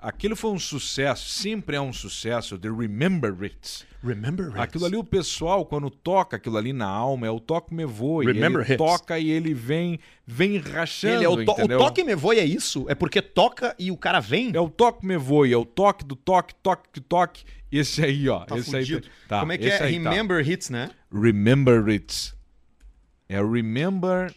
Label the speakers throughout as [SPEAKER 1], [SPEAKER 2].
[SPEAKER 1] Aquilo foi um sucesso, sempre é um sucesso, The Remember Hits.
[SPEAKER 2] Remember Hits.
[SPEAKER 1] Aquilo ali, o pessoal, quando toca aquilo ali na alma, é o toque me voe.
[SPEAKER 2] Remember
[SPEAKER 1] ele
[SPEAKER 2] Hits.
[SPEAKER 1] toca e ele vem, vem rachando,
[SPEAKER 2] Ele é o, to- o
[SPEAKER 1] entendeu?
[SPEAKER 2] toque me voe é isso? É porque toca e o cara vem?
[SPEAKER 1] É o toque me voe, é o toque do toque, toque que toque. Esse aí, ó.
[SPEAKER 2] Tá
[SPEAKER 1] esse
[SPEAKER 2] fudido.
[SPEAKER 1] aí. Tá,
[SPEAKER 2] Como é que
[SPEAKER 1] esse
[SPEAKER 2] é?
[SPEAKER 1] aí tá.
[SPEAKER 2] Remember Hits, né?
[SPEAKER 1] Remember Hits. É Remember.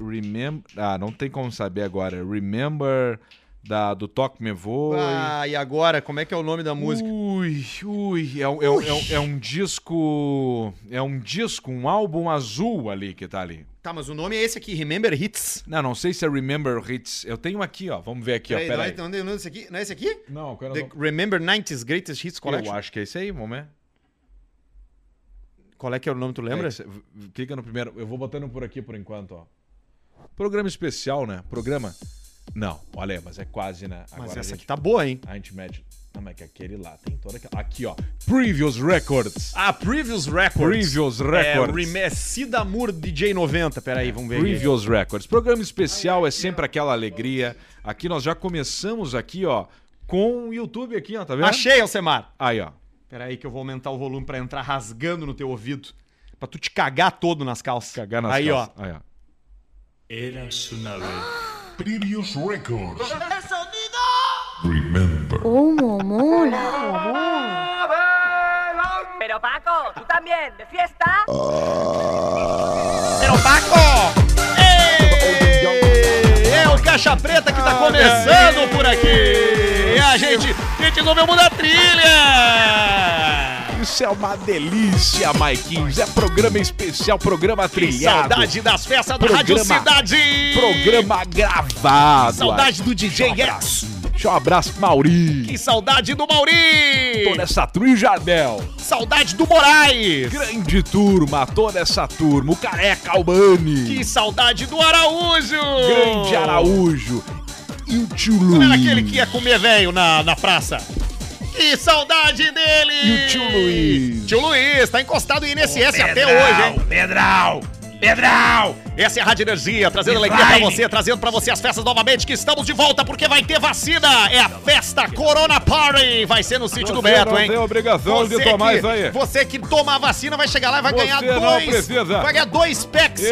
[SPEAKER 1] Remember. Ah, não tem como saber agora. Remember da, do Toque Me Voe.
[SPEAKER 2] Ah, e agora, como é que é o nome da música?
[SPEAKER 1] Ui, ui, é, um- é um- é um- é um disco. É um disco, um álbum azul ali que tá ali.
[SPEAKER 2] Tá, mas o nome é esse aqui, Remember Hits.
[SPEAKER 1] Não, não sei se é Remember Hits. Eu tenho aqui, ó. Vamos ver aqui, ó.
[SPEAKER 2] Peraí,
[SPEAKER 1] Pera
[SPEAKER 2] não, é,
[SPEAKER 1] aí.
[SPEAKER 2] não, é- não é esse aqui? Não é esse aqui?
[SPEAKER 1] Não, cara,
[SPEAKER 2] The Remember 90s Greatest Hits
[SPEAKER 1] não. Eu
[SPEAKER 2] Collection.
[SPEAKER 1] acho que é esse aí, vamos ver.
[SPEAKER 2] Qual é que é o nome, tu lembra?
[SPEAKER 1] É que cê- v- v- clica no primeiro. Eu vou botando por aqui por enquanto, ó. Programa especial, né? Programa. Não, olha aí, mas é quase, né?
[SPEAKER 2] mas
[SPEAKER 1] Agora a
[SPEAKER 2] essa
[SPEAKER 1] gente-
[SPEAKER 2] aqui tá boa, hein?
[SPEAKER 1] A gente mede. Não, mas é que aquele lá tem toda aquela. Aqui, ó. Previous Records.
[SPEAKER 2] Ah, Previous Records.
[SPEAKER 1] Previous Records.
[SPEAKER 2] É, reme- é Cida Moore DJ 90. Peraí, vamos ver. aqui.
[SPEAKER 1] Previous Records. Programa especial é sempre aquela alegria. Aqui nós já começamos aqui, ó, com o YouTube aqui, ó, tá vendo?
[SPEAKER 2] Achei, Alcemar.
[SPEAKER 1] Aí, ó.
[SPEAKER 2] Peraí que eu vou aumentar o volume pra entrar rasgando no teu ouvido. Pra tu te cagar todo nas calças.
[SPEAKER 1] Cagar nas
[SPEAKER 2] Aí,
[SPEAKER 1] calças.
[SPEAKER 2] ó.
[SPEAKER 1] Aí, ó.
[SPEAKER 3] Eras una vez. Previous Records.
[SPEAKER 4] ¿Cómo mola?
[SPEAKER 5] Pero Paco, tú también, de fiesta.
[SPEAKER 2] Pero Paco! Ei! É o Caixa Preta que
[SPEAKER 1] Ah,
[SPEAKER 2] tá começando
[SPEAKER 1] é.
[SPEAKER 2] por aqui. E a gente, a gente resolveu mudar a trilha.
[SPEAKER 1] Isso é uma delícia, Maiquinhos. É programa especial, programa
[SPEAKER 2] Que
[SPEAKER 1] trilhado.
[SPEAKER 2] saudade das festas da
[SPEAKER 1] Programa.
[SPEAKER 2] Rádio Cidade.
[SPEAKER 1] Programa gravado.
[SPEAKER 2] Saudade do DJ X.
[SPEAKER 1] Deixa um abraço pro Mauri.
[SPEAKER 2] Que saudade do Mauri!
[SPEAKER 1] Toda essa turma, e o Jardel.
[SPEAKER 2] Saudade do Moraes!
[SPEAKER 1] Grande turma, toda essa turma. O Careca Albani.
[SPEAKER 2] Que saudade do Araújo!
[SPEAKER 1] Grande Araújo. E o tio
[SPEAKER 2] Não
[SPEAKER 1] Luiz.
[SPEAKER 2] Era aquele que ia comer velho na, na praça. Que saudade dele!
[SPEAKER 1] E o tio Luiz?
[SPEAKER 2] Tio Luiz, tá encostado em INSS até hoje, hein?
[SPEAKER 3] Pedral! Pedral!
[SPEAKER 2] Essa é a Rádio Energia, trazendo alegria pra você, trazendo pra você as festas novamente, que estamos de volta porque vai ter vacina! É a festa Corona Party! Vai ser no sítio do Beto, hein?
[SPEAKER 1] obrigação
[SPEAKER 2] Você que, Você que toma a vacina vai chegar lá e vai
[SPEAKER 1] Você
[SPEAKER 2] ganhar
[SPEAKER 1] não
[SPEAKER 2] dois.
[SPEAKER 1] precisa.
[SPEAKER 2] Vai ganhar dois packs. de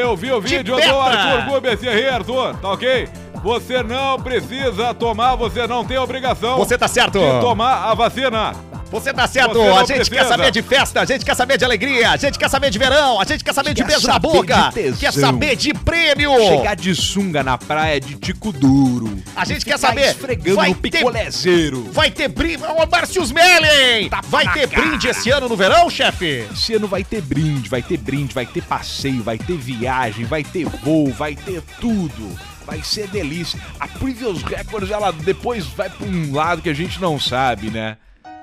[SPEAKER 2] Petra.
[SPEAKER 1] Gomes. E aí, Arthur, tá ok? Você não precisa tomar, você não tem obrigação
[SPEAKER 2] Você tá certo.
[SPEAKER 1] tomar a vacina.
[SPEAKER 2] Você tá certo.
[SPEAKER 1] Você não
[SPEAKER 2] a gente quer
[SPEAKER 1] precisa.
[SPEAKER 2] saber de festa, a gente quer saber de alegria, a gente quer saber de verão, a gente quer saber de
[SPEAKER 1] Quer
[SPEAKER 2] beijo na
[SPEAKER 1] saber
[SPEAKER 2] boca,
[SPEAKER 1] de tesão.
[SPEAKER 2] quer saber de prêmio.
[SPEAKER 1] Chegar de sunga na praia de tico duro.
[SPEAKER 2] A gente
[SPEAKER 1] E
[SPEAKER 2] quer
[SPEAKER 1] ficar
[SPEAKER 2] saber,
[SPEAKER 1] esfregando
[SPEAKER 2] vai
[SPEAKER 1] no
[SPEAKER 2] ter-
[SPEAKER 1] picolezeiro.
[SPEAKER 2] Vai ter brinde, ô Márcio Mellen!
[SPEAKER 1] Tá
[SPEAKER 2] Vai ter brinde esse ano no verão, chefe?
[SPEAKER 1] Esse ano vai ter brinde, vai ter brinde, vai ter passeio, vai ter viagem, vai ter voo, vai ter tudo. Vai ser delícia. A Previous Records, ela depois vai pra um lado que a gente não sabe, né?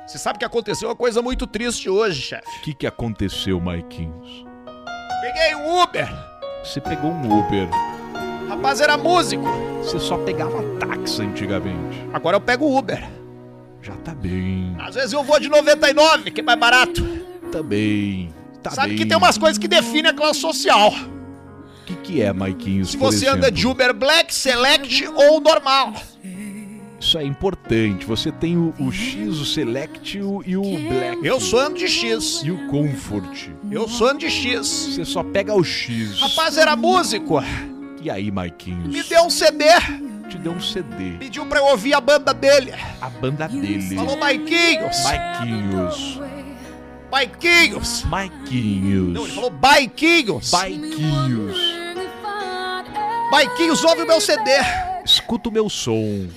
[SPEAKER 2] Você sabe que aconteceu uma coisa muito triste hoje, chefe.
[SPEAKER 1] O que que aconteceu, Maiquinhos?
[SPEAKER 2] Peguei um Uber.
[SPEAKER 1] Você pegou um Uber.
[SPEAKER 2] Rapaz, era músico.
[SPEAKER 1] Você só pegava táxi antigamente.
[SPEAKER 2] Agora eu pego o Uber.
[SPEAKER 1] Já tá bem.
[SPEAKER 2] Às vezes eu vou de 99, que é mais barato.
[SPEAKER 1] Tá bem. Tá
[SPEAKER 2] Sabe
[SPEAKER 1] bem.
[SPEAKER 2] que tem umas coisas que definem a classe social.
[SPEAKER 1] O que, que é, Maiquinhos?
[SPEAKER 2] Se
[SPEAKER 1] por
[SPEAKER 2] você anda
[SPEAKER 1] exemplo?
[SPEAKER 2] de Uber Black, Select ou normal.
[SPEAKER 1] Isso é importante. Você tem o, o X, o Select e o- e o Black.
[SPEAKER 2] Eu sou ando de X.
[SPEAKER 1] E o Comfort.
[SPEAKER 2] Eu sou ando de X.
[SPEAKER 1] Você só pega o X.
[SPEAKER 2] Rapaz, era músico.
[SPEAKER 1] E aí, Maiquinhos?
[SPEAKER 2] Me deu um CD.
[SPEAKER 1] Te deu um CD.
[SPEAKER 2] Pediu pra eu ouvir a banda dele.
[SPEAKER 1] A banda
[SPEAKER 2] um
[SPEAKER 1] dele.
[SPEAKER 2] Falou, Maiquinhos.
[SPEAKER 1] Maiquinhos.
[SPEAKER 2] Maiquinhos.
[SPEAKER 1] Maiquinhos.
[SPEAKER 2] Não, ele falou Baiquinhos.
[SPEAKER 1] Maiquinhos.
[SPEAKER 2] Baiquinhos, ouve o meu CD.
[SPEAKER 1] Escuta o meu som.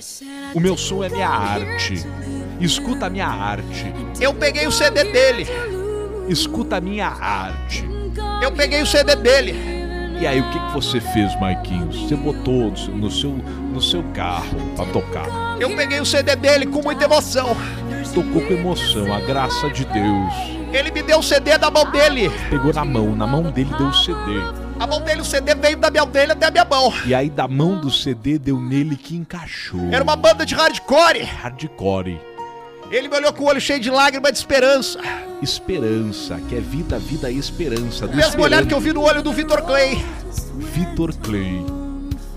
[SPEAKER 1] O meu som é minha arte. Escuta a minha arte.
[SPEAKER 2] Eu peguei o CD dele.
[SPEAKER 1] Escuta a minha arte.
[SPEAKER 2] Eu peguei o CD dele.
[SPEAKER 1] E aí, o que, que você fez, Maiquinhos? Você botou no seu- no seu, no seu carro pra tocar.
[SPEAKER 2] Eu peguei o CD dele com muita emoção.
[SPEAKER 1] Tocou com emoção, a graça de Deus.
[SPEAKER 2] Ele me deu o CD da mão dele.
[SPEAKER 1] Pegou na mão, na mão dele deu o CD.
[SPEAKER 2] A mão dele, o CD veio da minha dele até a minha mão.
[SPEAKER 1] E aí, da mão do CD, deu nele que encaixou.
[SPEAKER 2] Era uma banda de hardcore.
[SPEAKER 1] hardcore.
[SPEAKER 2] Ele me olhou com o olho cheio de lágrima de esperança.
[SPEAKER 1] Esperança, que é vida, vida e esperança. Do
[SPEAKER 2] Mesmo olhar que eu vi no olho do Vitor Clay.
[SPEAKER 1] Vitor Clay.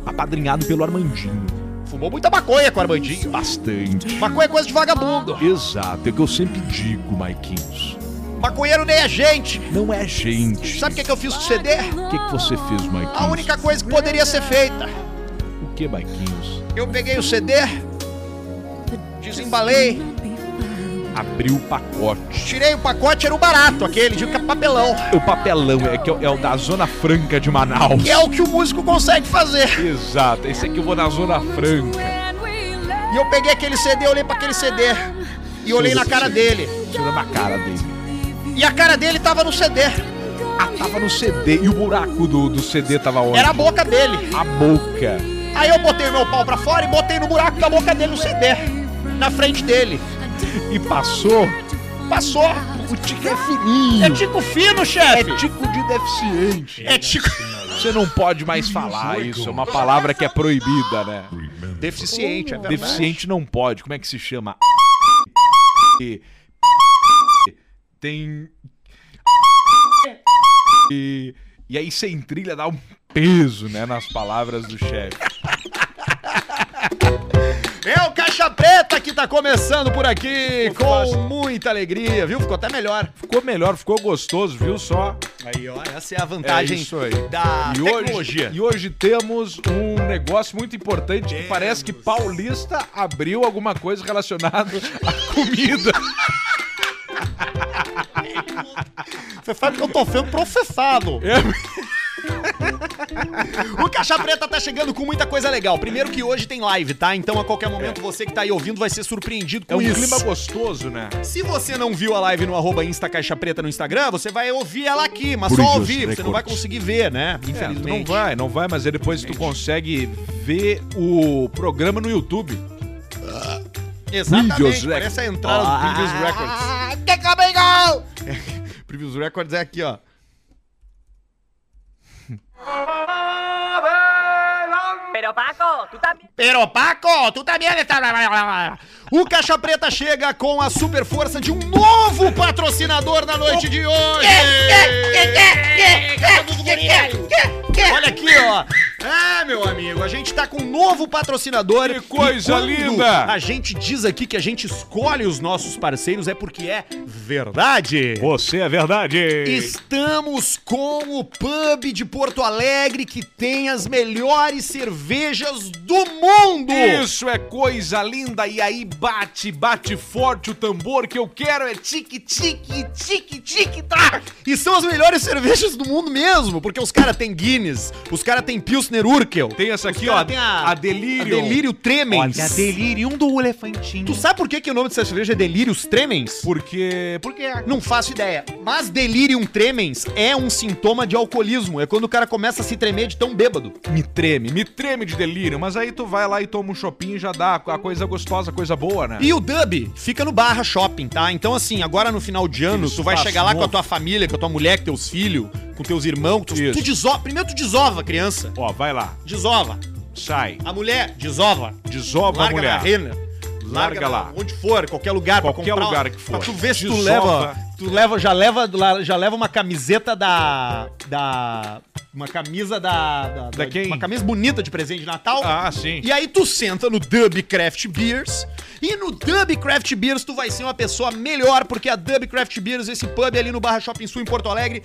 [SPEAKER 1] Apadrinhado pelo Armandinho.
[SPEAKER 6] Fumou muita maconha com o Armandinho.
[SPEAKER 1] Bastante.
[SPEAKER 6] Maconha é coisa de vagabundo.
[SPEAKER 1] Exato, é o que eu sempre digo, Maiquinhos.
[SPEAKER 6] Maconheiro nem é gente.
[SPEAKER 1] Não é gente.
[SPEAKER 6] Sabe o que, que eu fiz com o CD?
[SPEAKER 1] O que, que você fez, Maiquinhos?
[SPEAKER 6] A única coisa que poderia ser feita.
[SPEAKER 1] O que, Maiquinhos?
[SPEAKER 6] Eu peguei o CD, desembalei,
[SPEAKER 1] Abriu o pacote.
[SPEAKER 6] tirei o pacote, era o barato aquele, de papelão.
[SPEAKER 1] O papelão é, que é, o- é o da Zona Franca de Manaus.
[SPEAKER 6] Que é o que o músico consegue fazer.
[SPEAKER 1] Exato, esse aqui eu vou na Zona Franca.
[SPEAKER 6] E eu peguei aquele CD, olhei pra aquele CD. E olhei na cara dele.
[SPEAKER 1] Tirando na cara dele.
[SPEAKER 6] E a cara dele tava no CD.
[SPEAKER 1] Ah, tava no CD. E o buraco do, do CD tava onde?
[SPEAKER 6] Era a boca dele.
[SPEAKER 1] a boca.
[SPEAKER 6] Aí eu botei o meu pau pra fora e botei no buraco da boca dele no CD. Na frente dele.
[SPEAKER 1] E passou.
[SPEAKER 6] Passou.
[SPEAKER 1] O tico é fininho.
[SPEAKER 6] É tico fino, chefe.
[SPEAKER 1] tico de deficiente.
[SPEAKER 6] É tico.
[SPEAKER 1] Você não pode mais falar isso. É uma palavra que é proibida, né?
[SPEAKER 6] Deficiente, é verdade.
[SPEAKER 1] Deficiente não pode. Como é que se chama? E- Tem. E, e aí sem trilha dá um peso, né? Nas palavras do chefe.
[SPEAKER 6] É o Caixa Preta que tá começando por aqui
[SPEAKER 1] Ficou
[SPEAKER 6] com
[SPEAKER 1] fácil.
[SPEAKER 6] muita alegria, viu? Ficou até melhor.
[SPEAKER 1] Ficou melhor, ficou gostoso, viu só?
[SPEAKER 6] Aí, ó, essa é a vantagem
[SPEAKER 1] É isso aí.
[SPEAKER 6] da
[SPEAKER 1] E hoje,
[SPEAKER 6] tecnologia.
[SPEAKER 1] e hoje temos um negócio muito importante que parece que Paulista abriu alguma coisa relacionada à comida.
[SPEAKER 6] Você sabe que eu tô sendo processado.
[SPEAKER 1] É.
[SPEAKER 6] O Caixa Preta tá chegando com muita coisa legal. Primeiro que hoje tem live, tá? Então a qualquer momento você que tá aí ouvindo vai ser surpreendido com
[SPEAKER 1] É um
[SPEAKER 6] isso.
[SPEAKER 1] clima gostoso, né?
[SPEAKER 6] Se você não viu a live no arroba Insta Caixa Preta no Instagram, você vai ouvir ela aqui, mas
[SPEAKER 1] Bridges
[SPEAKER 6] só ouvir, você não
[SPEAKER 1] Records.
[SPEAKER 6] vai conseguir ver, né?
[SPEAKER 1] É, tu não
[SPEAKER 6] Infelizmente.
[SPEAKER 1] vai, não vai, mas aí depois tu consegue ver o programa no YouTube. Bridges
[SPEAKER 6] Exatamente,
[SPEAKER 1] Records.
[SPEAKER 6] parece a entrada do Previous Records. Previous Records é aqui, ó.
[SPEAKER 7] Pero Paco, tú también.
[SPEAKER 6] Pero Paco, tu também está... O Caixa Preta chega com a super força de um novo patrocinador na noite de hoje. Olha aqui, ó. Ah, meu amigo, a gente tá com um novo patrocinador.
[SPEAKER 1] Que coisa
[SPEAKER 6] E quando
[SPEAKER 1] linda.
[SPEAKER 6] A gente diz aqui que a gente escolhe os nossos parceiros é porque é verdade.
[SPEAKER 1] Você é verdade.
[SPEAKER 6] Estamos com o pub de Porto Alegre que tem as melhores cervejas do mundo.
[SPEAKER 1] Isso é coisa linda. E aí bate, bate forte o tambor que eu quero é tique, tique, tique, tique, tá?
[SPEAKER 6] E são as melhores cervejas do mundo mesmo, porque os caras têm Guinness, os caras têm Pilsner Urkel.
[SPEAKER 1] Tem essa aqui,
[SPEAKER 6] Os cara
[SPEAKER 1] ó.
[SPEAKER 6] tem
[SPEAKER 1] a, Delírio.
[SPEAKER 6] a Delírio Tremens.
[SPEAKER 1] Delirium um do
[SPEAKER 6] Tu
[SPEAKER 1] Elefantinho.
[SPEAKER 6] sabe por que, que o nome dessa cerveja é Delírios Tremens?
[SPEAKER 1] Porque. Porque é.
[SPEAKER 6] Não faço ideia. Mas delirium tremens é um sintoma de alcoolismo. É quando o cara começa a se tremer de tão bêbado.
[SPEAKER 1] Me treme, me treme de delírio. Mas aí tu vai lá e toma um shopping e já dá a coisa gostosa, a coisa boa, né?
[SPEAKER 6] E o Dub fica no Barra Shopping, tá? Então, assim, agora no final de ano,
[SPEAKER 1] Isso,
[SPEAKER 6] tu vai
[SPEAKER 1] faz
[SPEAKER 6] chegar lá
[SPEAKER 1] novo.
[SPEAKER 6] com a tua família, com a tua mulher, com teus filhos, com teus irmãos. Tu,
[SPEAKER 1] Isso.
[SPEAKER 6] tu desova. Primeiro tu desova a criança.
[SPEAKER 1] Ó, vai lá.
[SPEAKER 6] Desova.
[SPEAKER 1] Sai.
[SPEAKER 6] A mulher, desova.
[SPEAKER 1] Desova a
[SPEAKER 6] Larga
[SPEAKER 1] mulher.
[SPEAKER 6] na rena.
[SPEAKER 1] Larga
[SPEAKER 6] na-
[SPEAKER 1] lá.
[SPEAKER 6] Onde for, qualquer lugar pra
[SPEAKER 1] Qualquer
[SPEAKER 6] comprar.
[SPEAKER 1] lugar que for.
[SPEAKER 6] Pra tu ver se tu
[SPEAKER 1] Desova.
[SPEAKER 6] leva. Tu leva, já leva, la- já leva uma camiseta da. Da. Uma camisa da. Da, da-
[SPEAKER 1] quem?
[SPEAKER 6] Uma camisa bonita de presente de Natal.
[SPEAKER 1] Ah, sim.
[SPEAKER 6] E aí tu senta no Dub Craft Beers. E no Dub Craft Beers tu vai ser uma pessoa melhor, porque a Dub Craft Beers, esse pub é ali no Barra Shopping Sul em Porto Alegre,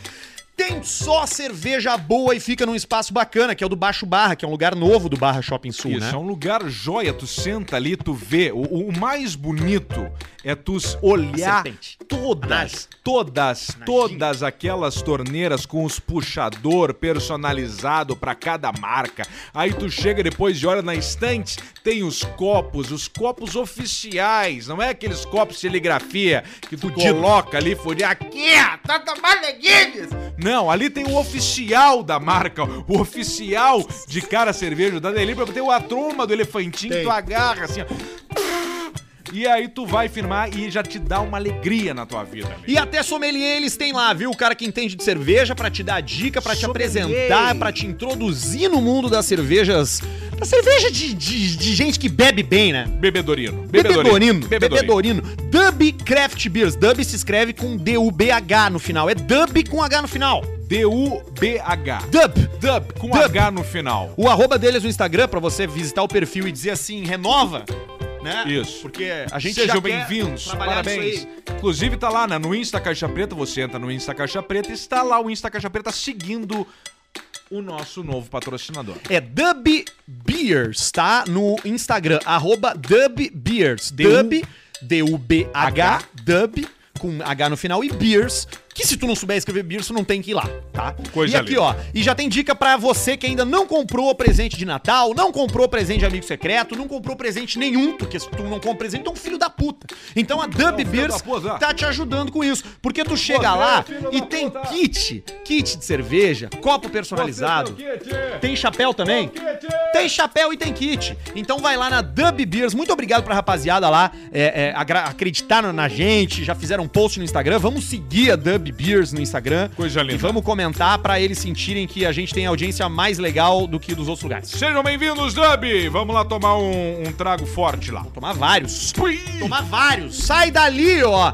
[SPEAKER 6] tem só cerveja boa e fica num espaço bacana, que é o do Baixo Barra, que é um lugar novo do Barra Shopping Sul,
[SPEAKER 1] Isso,
[SPEAKER 6] né?
[SPEAKER 1] é um lugar joia, tu senta ali, tu vê. O, o mais bonito é tu s- olhar
[SPEAKER 6] serpente.
[SPEAKER 1] todas,
[SPEAKER 6] Análise.
[SPEAKER 1] todas,
[SPEAKER 6] Análise.
[SPEAKER 1] todas aquelas torneiras com os puxador personalizado pra cada marca. Aí tu chega depois e olha na estante, tem os copos, os copos oficiais, não é aqueles copos de serigrafia que tu
[SPEAKER 6] Fudido.
[SPEAKER 1] coloca ali, fudido. Aqui, ó, tá tomando Guinness. Não, ali tem o oficial da marca, o oficial de cara cerveja da Delírio, tem a tromba do elefantinho,
[SPEAKER 6] Tem.
[SPEAKER 1] tu agarra assim, ó. E aí tu vai firmar e já te dá uma alegria na tua vida.
[SPEAKER 6] E até sommelier eles têm lá, viu? O cara que entende de cerveja pra te dar dica, pra te
[SPEAKER 1] Sommelier.
[SPEAKER 6] apresentar, pra te introduzir no mundo das cervejas. Da cerveja de, de, de gente que bebe bem, né?
[SPEAKER 1] Bebedorino.
[SPEAKER 6] Bebedorino.
[SPEAKER 1] Bebedorino.
[SPEAKER 6] Bebedorino. Dub Craft Beers. Dub se escreve com D-U-B-H no final. É Dub com H no final.
[SPEAKER 1] D-U-B-H.
[SPEAKER 6] Dub.
[SPEAKER 1] Dub, com
[SPEAKER 6] Dub.
[SPEAKER 1] H no final.
[SPEAKER 6] O arroba deles no Instagram, pra você visitar o perfil e dizer assim, renova, né?
[SPEAKER 1] Isso.
[SPEAKER 6] Porque a gente já
[SPEAKER 1] Sejam
[SPEAKER 6] quer
[SPEAKER 1] bem-vindos,
[SPEAKER 6] trabalhar
[SPEAKER 1] parabéns.
[SPEAKER 6] isso aí.
[SPEAKER 1] um Inclusive tá lá né, no Insta Caixa Preta, você entra no Insta Caixa Preta, está lá o Insta Caixa Preta seguindo o nosso novo patrocinador.
[SPEAKER 6] É Dub Beers, tá? No Instagram, arroba Dub Beers.
[SPEAKER 1] D-U-
[SPEAKER 6] Dub, D-U-B-H,
[SPEAKER 1] H.
[SPEAKER 6] Dub, com H no final, e Beers, que se tu não souber escrever Beers, tu não tem que ir lá, tá?
[SPEAKER 1] Coisa
[SPEAKER 6] e aqui,
[SPEAKER 1] linda.
[SPEAKER 6] ó, e já tem dica pra você que ainda não comprou presente de Natal, não comprou presente de amigo secreto, não comprou presente nenhum, porque se tu não compra presente, tu é um filho da puta. Então a Dub
[SPEAKER 1] É um filho
[SPEAKER 6] Beers
[SPEAKER 1] da puta. né?
[SPEAKER 6] tá te ajudando com isso, porque tu chega
[SPEAKER 1] Você, é um
[SPEAKER 6] lá
[SPEAKER 1] filho
[SPEAKER 6] e
[SPEAKER 1] da
[SPEAKER 6] tem
[SPEAKER 1] puta. é um
[SPEAKER 6] kit, kit de cerveja, copo personalizado, tem chapéu também? Tem chapéu e tem kit. Então vai lá na Dub Beers. Muito obrigado pra rapaziada lá. É, é, agra- acreditaram na gente, já fizeram um post no Instagram. Vamos seguir a Dub Beers no Instagram.
[SPEAKER 1] Coisa linda.
[SPEAKER 6] E vamos comentar pra eles sentirem que a gente tem audiência mais legal do que dos outros lugares.
[SPEAKER 1] Sejam bem-vindos, Dub! Vamos lá tomar um, um trago forte lá.
[SPEAKER 6] Tomar vários. Tomar vários. Sai dali, ó.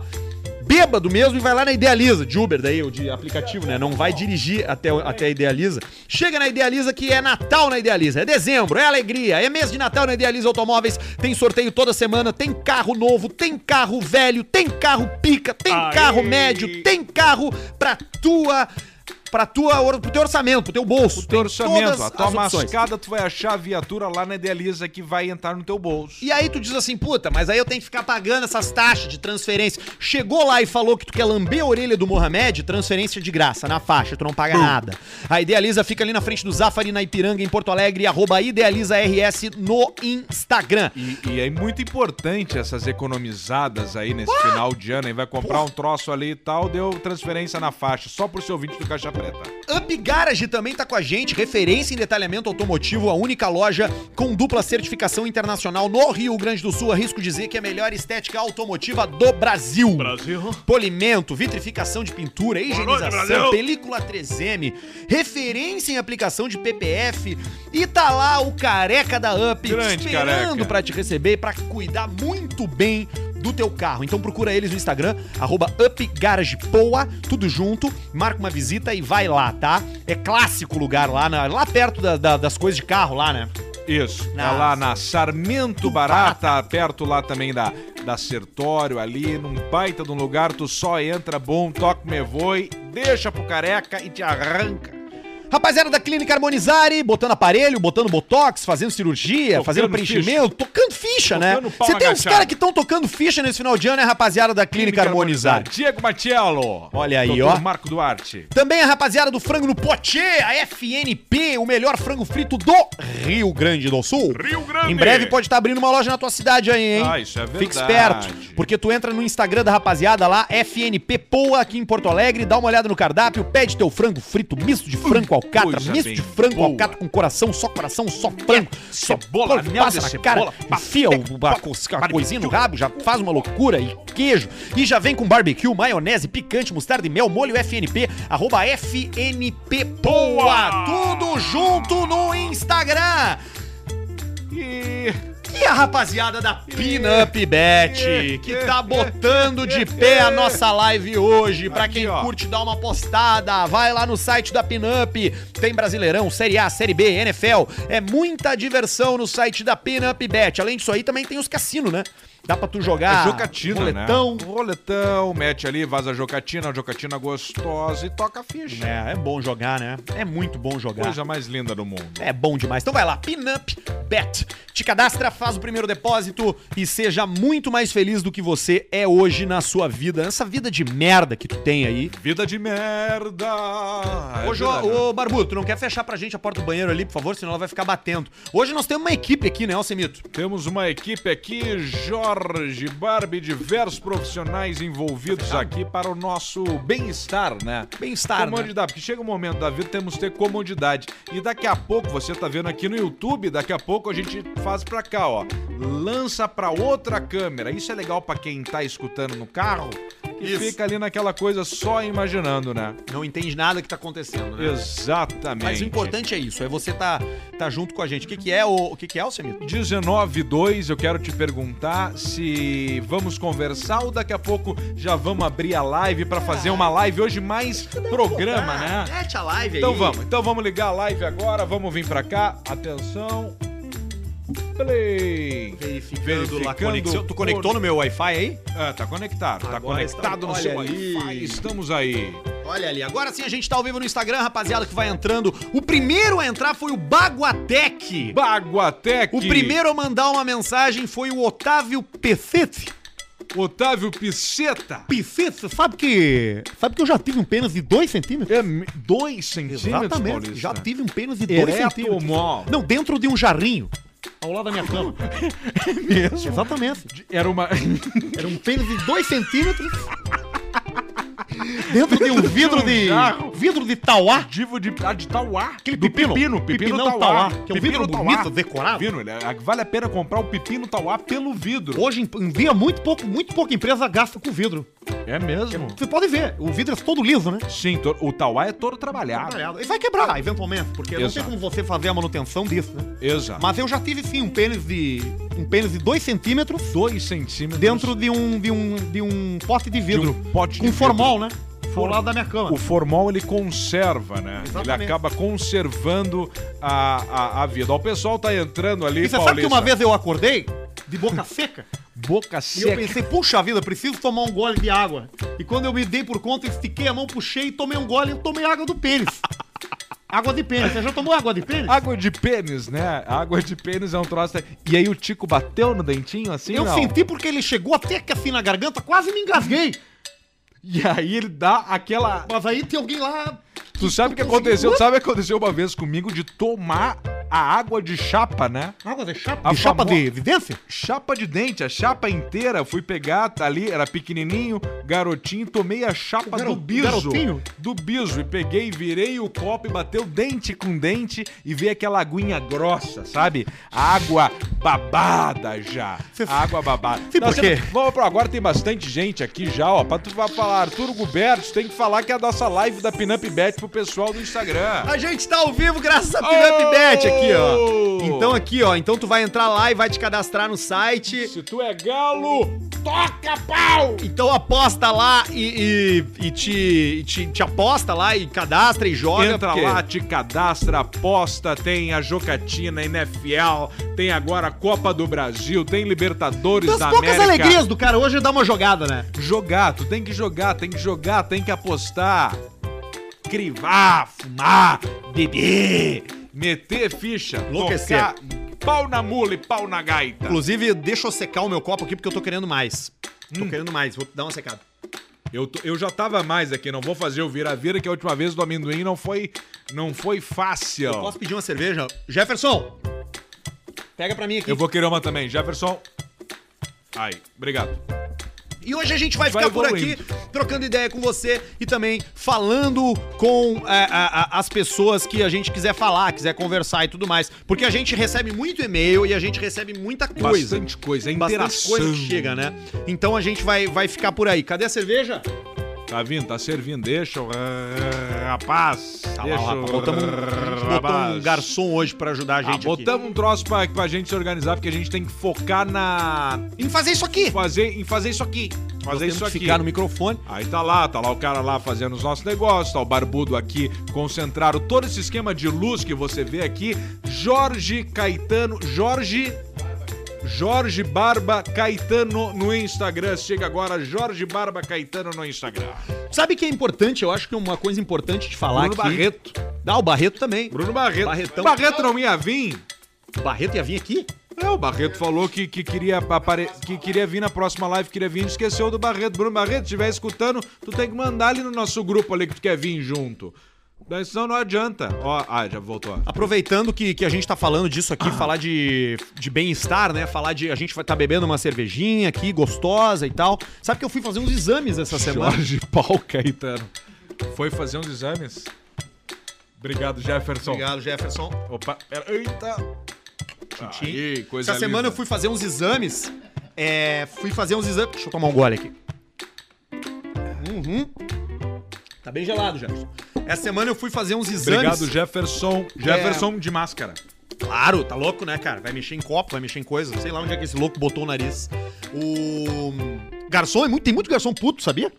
[SPEAKER 6] Bêbado mesmo e vai lá na Idealiza, de Uber daí, ou de aplicativo, né? Não vai dirigir até, o- até a Idealiza. Chega na Idealiza que é Natal na Idealiza, é dezembro, é alegria, é mês de Natal na Idealiza Automóveis. Tem sorteio toda semana, tem carro novo, tem carro velho, tem carro pica, tem carro médio, tem carro pra tua... Pra tua, or- pro teu orçamento, pro teu bolso.
[SPEAKER 1] Teu
[SPEAKER 6] tem
[SPEAKER 1] orçamento,
[SPEAKER 6] todas
[SPEAKER 1] a tua
[SPEAKER 6] as opções.
[SPEAKER 1] mascada, tu vai achar a viatura lá na Idealiza que vai entrar no teu bolso.
[SPEAKER 6] E aí tu diz assim, puta, mas aí eu tenho que ficar pagando essas taxas de transferência. Chegou lá e falou que tu quer lamber a orelha do Mohamed, transferência de graça, na faixa, tu não paga nada. A Idealiza fica ali na frente do Zafari, na Ipiranga, em Porto Alegre, arroba IdealizaRS no Instagram.
[SPEAKER 1] E, e é muito importante essas economizadas aí nesse final de ano. Aí vai comprar um troço ali e tal, deu transferência na faixa, só pro seu vídeo do Caixa Preta.
[SPEAKER 6] Up Garage também tá com a gente, referência em detalhamento automotivo, a única loja com dupla certificação internacional no Rio Grande do Sul. Arrisco dizer que é a melhor estética automotiva do Brasil.
[SPEAKER 2] Brasil.
[SPEAKER 6] Polimento, vitrificação de pintura, higienização,
[SPEAKER 2] Brasil.
[SPEAKER 6] película 3M, referência em aplicação de PPF e tá lá o careca da Up
[SPEAKER 1] Grande
[SPEAKER 6] esperando
[SPEAKER 1] careca.
[SPEAKER 6] pra te receber e pra cuidar muito bem do teu carro. Então procura eles no Instagram, arroba upgaragepoa, tudo junto, marca uma visita e vai lá, tá? É clássico o lugar lá, na- lá perto da- da- das coisas de carro lá, né?
[SPEAKER 1] Isso,
[SPEAKER 6] Na-
[SPEAKER 1] tá lá na Sarmento Barata, perto lá também da, da Sertório, ali num baita de um lugar, tu só entra, bom, toca me voi, deixa pro careca e te arranca.
[SPEAKER 6] Rapaziada da Clínica Harmonizare, botando aparelho, botando botox, fazendo cirurgia,
[SPEAKER 1] Tocando
[SPEAKER 6] fazendo preenchimento, tocando ficha, né?
[SPEAKER 1] Tocando pau
[SPEAKER 6] Você tem uns
[SPEAKER 1] agachado.
[SPEAKER 6] caras que estão tocando ficha nesse final de ano, é a rapaziada da Clínica, Harmonizare.
[SPEAKER 1] Diego Matiello.
[SPEAKER 6] Olha aí,
[SPEAKER 1] Dr.
[SPEAKER 6] ó.
[SPEAKER 1] Marco Duarte.
[SPEAKER 6] Também a rapaziada do Frango no Pote, a FNP, o melhor frango frito do Rio Grande do Sul.
[SPEAKER 2] Rio Grande.
[SPEAKER 6] Em breve pode estar abrindo uma loja na tua cidade aí, hein?
[SPEAKER 1] Ah, isso é verdade.
[SPEAKER 6] Fica esperto, porque tu entra no Instagram da rapaziada lá, FNP Poa aqui em Porto Alegre, dá uma olhada no cardápio, pede teu frango frito, misto de frango com alcatra,
[SPEAKER 1] coisa
[SPEAKER 6] misto
[SPEAKER 1] bem
[SPEAKER 6] de frango com
[SPEAKER 1] boa.
[SPEAKER 6] alcatra com coração, só coração, só frango, só
[SPEAKER 1] Cebola,
[SPEAKER 6] pão,
[SPEAKER 1] anel
[SPEAKER 6] passa
[SPEAKER 1] de
[SPEAKER 6] na cara,
[SPEAKER 1] cebola,
[SPEAKER 6] enfia o- a, co- a coisinha no rabo, já faz uma loucura e queijo, e já vem com barbecue, maionese, picante, mostarda e mel, molho FNP, arroba FNP Poa, tudo junto no Instagram.
[SPEAKER 1] E...
[SPEAKER 6] E a rapaziada da Pinup Bet, que tá botando de pé a nossa live hoje. Pra quem
[SPEAKER 1] Aqui, ó.
[SPEAKER 6] curte dar uma postada, vai lá no site da Pinup. Tem Brasileirão, Série A, Série B, NFL. É muita diversão no site da Pinup Bet. Além disso aí, também tem os cassinos, né? Dá pra tu jogar
[SPEAKER 1] é jocatina,
[SPEAKER 6] roletão.
[SPEAKER 1] né? Roletão, mete ali, vaza a jocatina, a jocatina gostosa e toca a ficha.
[SPEAKER 6] É, é bom jogar, né? É muito bom jogar.
[SPEAKER 1] Coisa mais linda do mundo.
[SPEAKER 6] É bom demais. Então vai lá, Pinup Bet. Te cadastra, faz o primeiro depósito e seja muito mais feliz do que você é hoje na sua vida, nessa vida de merda que tu tem aí.
[SPEAKER 1] Vida de merda. É
[SPEAKER 6] Ô, Jo-
[SPEAKER 1] verdade, né?
[SPEAKER 6] ô, Barbudo, tu não quer fechar pra gente a porta do banheiro ali, por favor, senão ela vai ficar batendo. Hoje nós temos uma equipe aqui, né, Alcemito?
[SPEAKER 1] Temos uma equipe aqui, Jorge Barbie, diversos profissionais envolvidos aqui para o nosso bem-estar, né?
[SPEAKER 6] Bem-estar, né?
[SPEAKER 1] Comodidade, porque chega um momento da vida temos que ter comodidade. E daqui a pouco, você tá vendo aqui no YouTube, daqui a pouco a gente faz pra cá, ó. Lança pra outra câmera. Isso é legal pra quem tá escutando no carro, que
[SPEAKER 6] Isso.
[SPEAKER 1] fica ali naquela coisa só imaginando, né?
[SPEAKER 6] Não entende nada que tá acontecendo, né?
[SPEAKER 1] Exatamente.
[SPEAKER 6] Mas o importante é isso, é você tá, tá junto com a gente. O que que é, o, o que que é, Alcemito?
[SPEAKER 1] 19.2, eu quero te perguntar se vamos conversar ou daqui a pouco já vamos abrir a live pra
[SPEAKER 6] Ah.
[SPEAKER 1] fazer uma live hoje mais programa, né?
[SPEAKER 6] Mete a live
[SPEAKER 1] Então vamos, então vamos ligar a live agora, vamos vir pra cá. Atenção. Play.
[SPEAKER 6] Verificando, lá,
[SPEAKER 1] Verificando
[SPEAKER 6] conexão. Tu conectou
[SPEAKER 1] por-
[SPEAKER 6] no meu Wi-Fi aí?
[SPEAKER 1] Ah, tá conectado, tá
[SPEAKER 6] Agora está-
[SPEAKER 1] conectado no
[SPEAKER 6] olha
[SPEAKER 1] seu
[SPEAKER 6] ali.
[SPEAKER 1] Wi-Fi. Estamos aí.
[SPEAKER 6] Olha ali, agora sim a gente tá ao vivo no Instagram, rapaziada, que vai entrando. O primeiro a entrar foi o Baguatec.
[SPEAKER 1] Baguatec.
[SPEAKER 6] O primeiro a mandar uma mensagem foi o Otávio Pecete.
[SPEAKER 1] Otávio Piceta.
[SPEAKER 6] Pecete, sabe que. Sabe que eu já tive um pênis de 2 centímetros?
[SPEAKER 1] É me- dois centímetros, Paulista.
[SPEAKER 6] já tive um pênis de 2
[SPEAKER 1] Ereto
[SPEAKER 6] centímetros.
[SPEAKER 1] mol.
[SPEAKER 6] Não, dentro de um jarrinho. Ao lado da minha cama.
[SPEAKER 1] mesmo?
[SPEAKER 6] Exatamente.
[SPEAKER 1] Era uma...
[SPEAKER 6] Era um pênis de 2 centímetros. dentro de um vidro de.
[SPEAKER 1] jarro.
[SPEAKER 6] vidro de tauá.
[SPEAKER 1] Divo de, ah, de Tauá.
[SPEAKER 6] Aquele
[SPEAKER 1] Do
[SPEAKER 6] pepino.
[SPEAKER 1] pepino. Pepino Tauá.
[SPEAKER 6] Pepinão Tauá, que é um vidro
[SPEAKER 1] Tauá.
[SPEAKER 6] bonito, decorado.
[SPEAKER 1] Pepino, ele é- vale a pena comprar o pepino Tauá pelo vidro.
[SPEAKER 6] Hoje em dia, muito pouco, muito pouca empresa gasta com vidro.
[SPEAKER 1] É mesmo?
[SPEAKER 6] Você pode ver, o vidro é todo liso, né?
[SPEAKER 1] Sim, to- o Tauá é todo trabalhado.
[SPEAKER 6] Ele vai quebrar, eventualmente, porque não tem
[SPEAKER 1] Exato.
[SPEAKER 6] como você fazer a manutenção disso, né?
[SPEAKER 1] Exato.
[SPEAKER 6] Mas eu já tive sim um pênis de. um pênis de 2 centímetros
[SPEAKER 1] dois centímetros.
[SPEAKER 6] dentro de um. de um. de um pote de vidro.
[SPEAKER 1] De um pote
[SPEAKER 6] com
[SPEAKER 1] de
[SPEAKER 6] formol, né? Ao
[SPEAKER 1] For-
[SPEAKER 6] lado da minha cama.
[SPEAKER 1] O formol ele conserva, né? Ele
[SPEAKER 6] Exatamente.
[SPEAKER 1] acaba conservando a, a, a vida. Ó, O pessoal tá entrando ali,
[SPEAKER 6] E você sabe que uma vez eu acordei de boca seca?
[SPEAKER 1] Boca
[SPEAKER 6] E eu
[SPEAKER 1] seca.
[SPEAKER 6] pensei, puxa vida, preciso tomar um gole de água. E quando eu me dei por conta, estiquei a mão, puxei e tomei um gole e tomei água do pênis. água de pênis. Você já tomou água de pênis?
[SPEAKER 1] Água de pênis, né? Água de pênis é um troço. E aí o Tico bateu no dentinho assim?
[SPEAKER 6] eu
[SPEAKER 1] não?
[SPEAKER 6] senti porque ele chegou até que assim na garganta, quase me engasguei.
[SPEAKER 1] E aí ele dá aquela.
[SPEAKER 6] Mas aí tem alguém lá.
[SPEAKER 1] Tu sabe o que aconteceu? Tu sabe o que aconteceu uma vez comigo de tomar a água de chapa, né?
[SPEAKER 6] Água de chapa?
[SPEAKER 1] A
[SPEAKER 6] de chapa
[SPEAKER 1] famo-
[SPEAKER 6] de evidência?
[SPEAKER 1] Chapa de dente, a chapa inteira. Fui pegar, tá ali, era pequenininho, garotinho, tomei a chapa
[SPEAKER 6] O garo-
[SPEAKER 1] do biso.
[SPEAKER 6] garotinho?
[SPEAKER 1] Do biso. E peguei, virei o copo e bateu dente com dente e veio aquela aguinha grossa, sabe? A água babada já.
[SPEAKER 6] Cê-
[SPEAKER 1] A água babada.
[SPEAKER 6] Sim, por quê?
[SPEAKER 1] cê- Vamos pra agora, tem bastante gente aqui já, ó. Pra tu vai falar, Arturo Guberto, tem que falar que é a nossa live da Pinup Bet pro pessoal do Instagram.
[SPEAKER 6] A gente tá ao vivo graças a Pinupbet aqui, ó.
[SPEAKER 1] Oh!
[SPEAKER 6] Então aqui, ó. Então tu vai entrar lá e vai te cadastrar no site.
[SPEAKER 1] Se tu é galo,
[SPEAKER 6] Então aposta lá e, e- e te, e te, te aposta lá e cadastra e joga.
[SPEAKER 1] Entra
[SPEAKER 6] porque-
[SPEAKER 1] lá, te cadastra, aposta, tem a Jocatina, NFL, tem agora a Copa do Brasil, tem Libertadores
[SPEAKER 6] Das
[SPEAKER 1] da
[SPEAKER 6] poucas
[SPEAKER 1] América.
[SPEAKER 6] alegrias do cara hoje é dar uma jogada, né?
[SPEAKER 1] Jogar, tu tem que jogar, tem que jogar, tem que apostar, crivar, fumar, beber, meter ficha,
[SPEAKER 6] Enlouquecer.
[SPEAKER 1] tocar pau na mula e pau na gaita.
[SPEAKER 6] Inclusive, deixa eu secar o meu copo aqui porque eu tô querendo mais. Tô querendo mais, vou dar uma secada.
[SPEAKER 1] Eu, tô- eu já tava mais aqui, não vou fazer o vira-vira, que a última vez do amendoim não foi, não foi fácil. Eu,
[SPEAKER 6] Posso pedir uma cerveja? Jefferson! Pega pra mim aqui.
[SPEAKER 1] vou querer uma também. Jefferson. Aí, obrigado.
[SPEAKER 6] E hoje a gente vai
[SPEAKER 1] Vai
[SPEAKER 6] ficar por aqui
[SPEAKER 1] evoluindo.
[SPEAKER 6] trocando ideia com você e também falando com é, a- a- as pessoas que a gente quiser falar, quiser conversar e tudo mais. Porque a gente recebe muito e-mail e a gente recebe muita coisa.
[SPEAKER 1] Bastante coisa, é
[SPEAKER 6] Bastante
[SPEAKER 1] interação.
[SPEAKER 6] coisa que chega, né? Então a gente vai, vai ficar por aí. Cadê a cerveja?
[SPEAKER 1] Tá vindo, tá servindo, deixa o ah, rapaz.
[SPEAKER 6] Tá lá,
[SPEAKER 1] deixa
[SPEAKER 6] lá,
[SPEAKER 1] o
[SPEAKER 6] botamos um, a gente botou um
[SPEAKER 1] rapaz.
[SPEAKER 6] garçom hoje pra ajudar a gente.
[SPEAKER 1] Ah, botamos um troço pra, pra gente se organizar, porque a gente tem que focar na.
[SPEAKER 6] aqui. Em fazer isso aqui.
[SPEAKER 1] Fazer, em fazer isso aqui.
[SPEAKER 6] Nós
[SPEAKER 1] Fazer
[SPEAKER 6] temos
[SPEAKER 1] isso
[SPEAKER 6] que
[SPEAKER 1] aqui.
[SPEAKER 6] ficar no microfone.
[SPEAKER 1] Aí tá lá, tá lá o cara lá fazendo os nossos negócios, tá o barbudo aqui, concentraram todo esse esquema de luz que você vê aqui. Jorge Caetano, Jorge. Jorge Barba Caetano no Instagram. Chega agora, Jorge Barba Caetano no Instagram.
[SPEAKER 6] Sabe que é importante? Eu acho que é uma coisa importante de falar
[SPEAKER 1] Bruno
[SPEAKER 6] aqui.
[SPEAKER 1] Barreto.
[SPEAKER 6] Ah, o Barreto também.
[SPEAKER 1] Bruno Barreto.
[SPEAKER 6] Barretão.
[SPEAKER 1] Barreto não ia vir?
[SPEAKER 6] O Barreto ia vir aqui?
[SPEAKER 1] É, o Barreto falou que, que, queria apare... que queria vir na próxima live, queria vir, esqueceu do Barreto. Bruno Barreto, se estiver escutando, tu tem que mandar ali no nosso grupo ali que tu quer vir junto. Daí senão não adianta. Ó, ah, já voltou.
[SPEAKER 6] Aproveitando que, que a gente tá falando
[SPEAKER 1] Ah.
[SPEAKER 6] disso aqui, falar de, de bem-estar, né? Falar de. A gente vai tá bebendo uma cervejinha aqui, gostosa e tal. Sabe que eu fui fazer uns exames essa semana?
[SPEAKER 1] Jorge Paul Caetano. Foi fazer uns exames? Obrigado, Jefferson.
[SPEAKER 6] Jefferson.
[SPEAKER 1] Opa, pera. Eita. Aí, coisa
[SPEAKER 6] Essa semana eu fui fazer uns exames. É, fui fazer uns exames. Deixa eu tomar um gole aqui. Uhum. Tá bem gelado, Jefferson. Essa semana eu fui fazer uns exames. É.
[SPEAKER 1] Obrigado, Jefferson. Jefferson de máscara.
[SPEAKER 6] Claro, tá louco, né, cara? Vai mexer em copo, vai mexer em coisa. Sei lá onde é que esse louco botou o nariz. O. Garçom é muito. Tem muito garçom puto, sabia?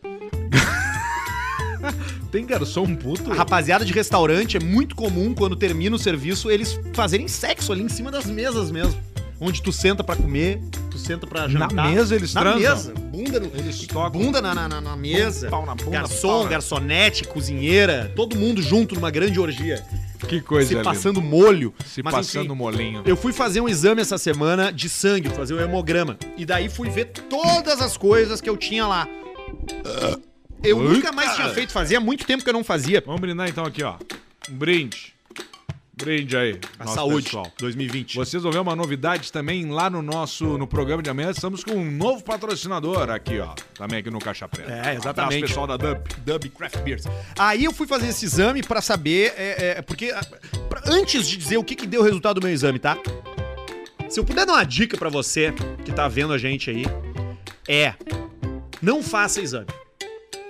[SPEAKER 1] Tem garçom puto?
[SPEAKER 6] A rapaziada de restaurante é muito comum quando termina o serviço eles fazerem sexo ali em cima das mesas mesmo. Onde tu senta pra comer, tu senta pra jantar.
[SPEAKER 1] mesa eles
[SPEAKER 6] na
[SPEAKER 1] transam?
[SPEAKER 6] mesa, bunda no,
[SPEAKER 1] Eles tocam.
[SPEAKER 6] bunda na, na- na- na mesa.
[SPEAKER 1] Pau na bunda,
[SPEAKER 6] garçom,
[SPEAKER 1] pau na-
[SPEAKER 6] garçonete, cozinheira, todo mundo junto numa grande orgia.
[SPEAKER 1] Que coisa
[SPEAKER 6] se
[SPEAKER 1] linda.
[SPEAKER 6] passando molho.
[SPEAKER 1] é, Se
[SPEAKER 6] Mas,
[SPEAKER 1] passando
[SPEAKER 6] enfim,
[SPEAKER 1] molinho.
[SPEAKER 6] eu fui fazer um exame essa semana de sangue, fazer um hemograma. E daí fui ver todas as coisas que eu tinha lá. Eu
[SPEAKER 1] Ai,
[SPEAKER 6] nunca mais
[SPEAKER 1] cara.
[SPEAKER 6] tinha feito, fazia muito tempo que eu não fazia.
[SPEAKER 1] Vamos brindar então aqui, ó. Um brinde. Brinde aí.
[SPEAKER 6] A
[SPEAKER 1] nosso
[SPEAKER 6] saúde,
[SPEAKER 1] pessoal.
[SPEAKER 6] 2020.
[SPEAKER 1] Vocês vão ver uma novidade também lá no nosso no programa de amanhã. Estamos com um novo patrocinador aqui, ó. Também aqui no Caixa Preta.
[SPEAKER 6] É, exatamente.
[SPEAKER 1] Abraço, pessoal da Dump.
[SPEAKER 6] Dub Craft Beers. Aí eu fui fazer esse exame pra saber, é, é, porque ah, pra- antes de dizer o que, que deu o resultado do meu exame, tá? Se eu puder dar uma dica pra você que tá vendo a gente aí, é não faça exame.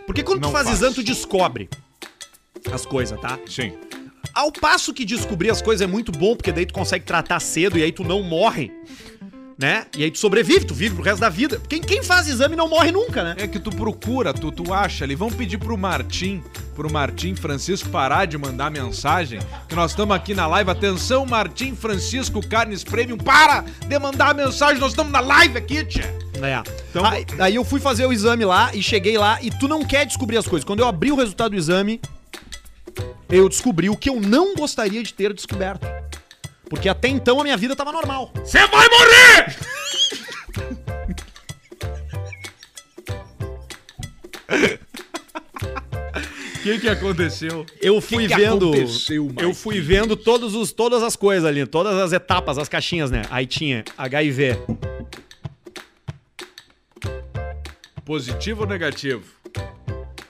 [SPEAKER 6] Porque quando
[SPEAKER 1] Não
[SPEAKER 6] tu faz
[SPEAKER 1] faço.
[SPEAKER 6] exame, tu descobre as coisas, tá?
[SPEAKER 1] Sim.
[SPEAKER 6] Ao passo que descobrir as coisas é muito bom, porque daí tu consegue tratar cedo e aí tu não morre, né? E aí tu sobrevive, tu vive pro resto da vida. Quem, quem faz exame não morre nunca, né?
[SPEAKER 1] É que tu procura, tu, tu acha ali. Vamos pedir pro Martim, pro Martim Francisco parar de mandar mensagem. Que nós estamos aqui na live. Atenção, Martim Francisco Carnes Premium. Para de mandar mensagem. Nós estamos na live aqui, tia.
[SPEAKER 6] É.
[SPEAKER 1] Então-
[SPEAKER 6] aí, aí eu fui fazer o exame lá e cheguei lá e tu não quer descobrir as coisas. Quando eu abri o resultado do exame, eu descobri o que eu não gostaria de ter descoberto. Porque até então a minha vida tava normal.
[SPEAKER 8] ¡Se va a morir!
[SPEAKER 1] O que que aconteceu?
[SPEAKER 6] Eu fui
[SPEAKER 1] que
[SPEAKER 6] vendo.
[SPEAKER 1] aconteceu, Mike?
[SPEAKER 6] eu fui vendo todos os, todas as coisas ali, todas as etapas, as caixinhas, né? Aí tinha HIV.
[SPEAKER 1] Positivo ou negativo?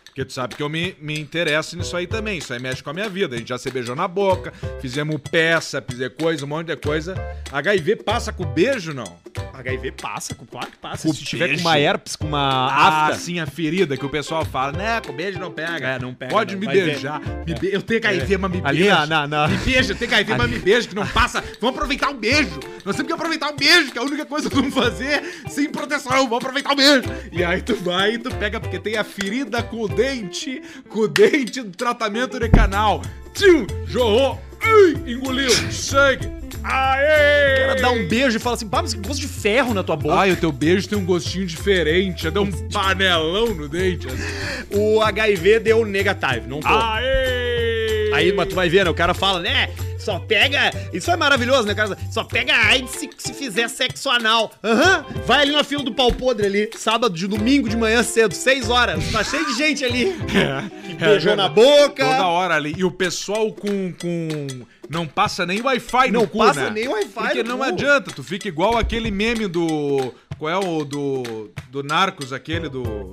[SPEAKER 1] Porque tu sabe que eu me, me interesso nisso aí também. Isso aí mexe com a minha vida. A gente já se beijou na boca, fizemos peça, fizemos coisa, um monte de coisa. HIV passa com beijo, não?
[SPEAKER 6] HIV passa, com claro que passa.
[SPEAKER 1] Com
[SPEAKER 6] Se tiver
[SPEAKER 1] beijo.
[SPEAKER 6] com uma herpes, com uma
[SPEAKER 1] Ah,
[SPEAKER 6] afta.
[SPEAKER 1] sim, a ferida que o pessoal fala. Né, com beijo não pega.
[SPEAKER 6] É, não pega,
[SPEAKER 1] Pode
[SPEAKER 6] não.
[SPEAKER 1] me
[SPEAKER 6] Vai
[SPEAKER 1] beijar. Me be- Eu tenho HIV, mas me
[SPEAKER 6] Ali,
[SPEAKER 1] beija.
[SPEAKER 6] ah, na- na-
[SPEAKER 1] Me beija, eu tenho HIV, mas me beija, que não passa. Vamos aproveitar o beijo. Nós temos que aproveitar o beijo, que é a única coisa que vamos fazer sem proteção. Vamos aproveitar o beijo. E aí tu vai e tu pega, porque tem a ferida com o dente, com o dente do tratamento de canal. Tchum, jorrou, ui, engoliu, sangue. Aê!
[SPEAKER 6] O cara dá um beijo e fala assim, pá, mas que gosto de ferro na tua boca.
[SPEAKER 1] Ai, o teu beijo tem um gostinho diferente. Deu
[SPEAKER 6] tipo
[SPEAKER 1] um panelão no dente. Assim.
[SPEAKER 6] O HIV deu negative, não pô.
[SPEAKER 1] Aê!
[SPEAKER 6] Aí, mas tu vai ver, né? O cara fala, né? Só pega. Isso é maravilhoso, né, cara? Só pega AIDS se, se fizer sexo anal. Aham. Vai ali na fila do pau podre ali. Sábado de domingo de manhã cedo, 6 horas. Tá cheio de gente ali. que beijou
[SPEAKER 1] é
[SPEAKER 6] na
[SPEAKER 1] verdade.
[SPEAKER 6] boca.
[SPEAKER 1] Toda hora ali. E o pessoal com. com... Não passa nem Wi-Fi no
[SPEAKER 6] Não
[SPEAKER 1] cu,
[SPEAKER 6] passa
[SPEAKER 1] né?
[SPEAKER 6] nem Wi-Fi
[SPEAKER 1] Porque
[SPEAKER 6] no
[SPEAKER 1] não
[SPEAKER 6] cu.
[SPEAKER 1] adianta, tu fica igual aquele meme do. Qual é o do. Do Narcos, aquele do.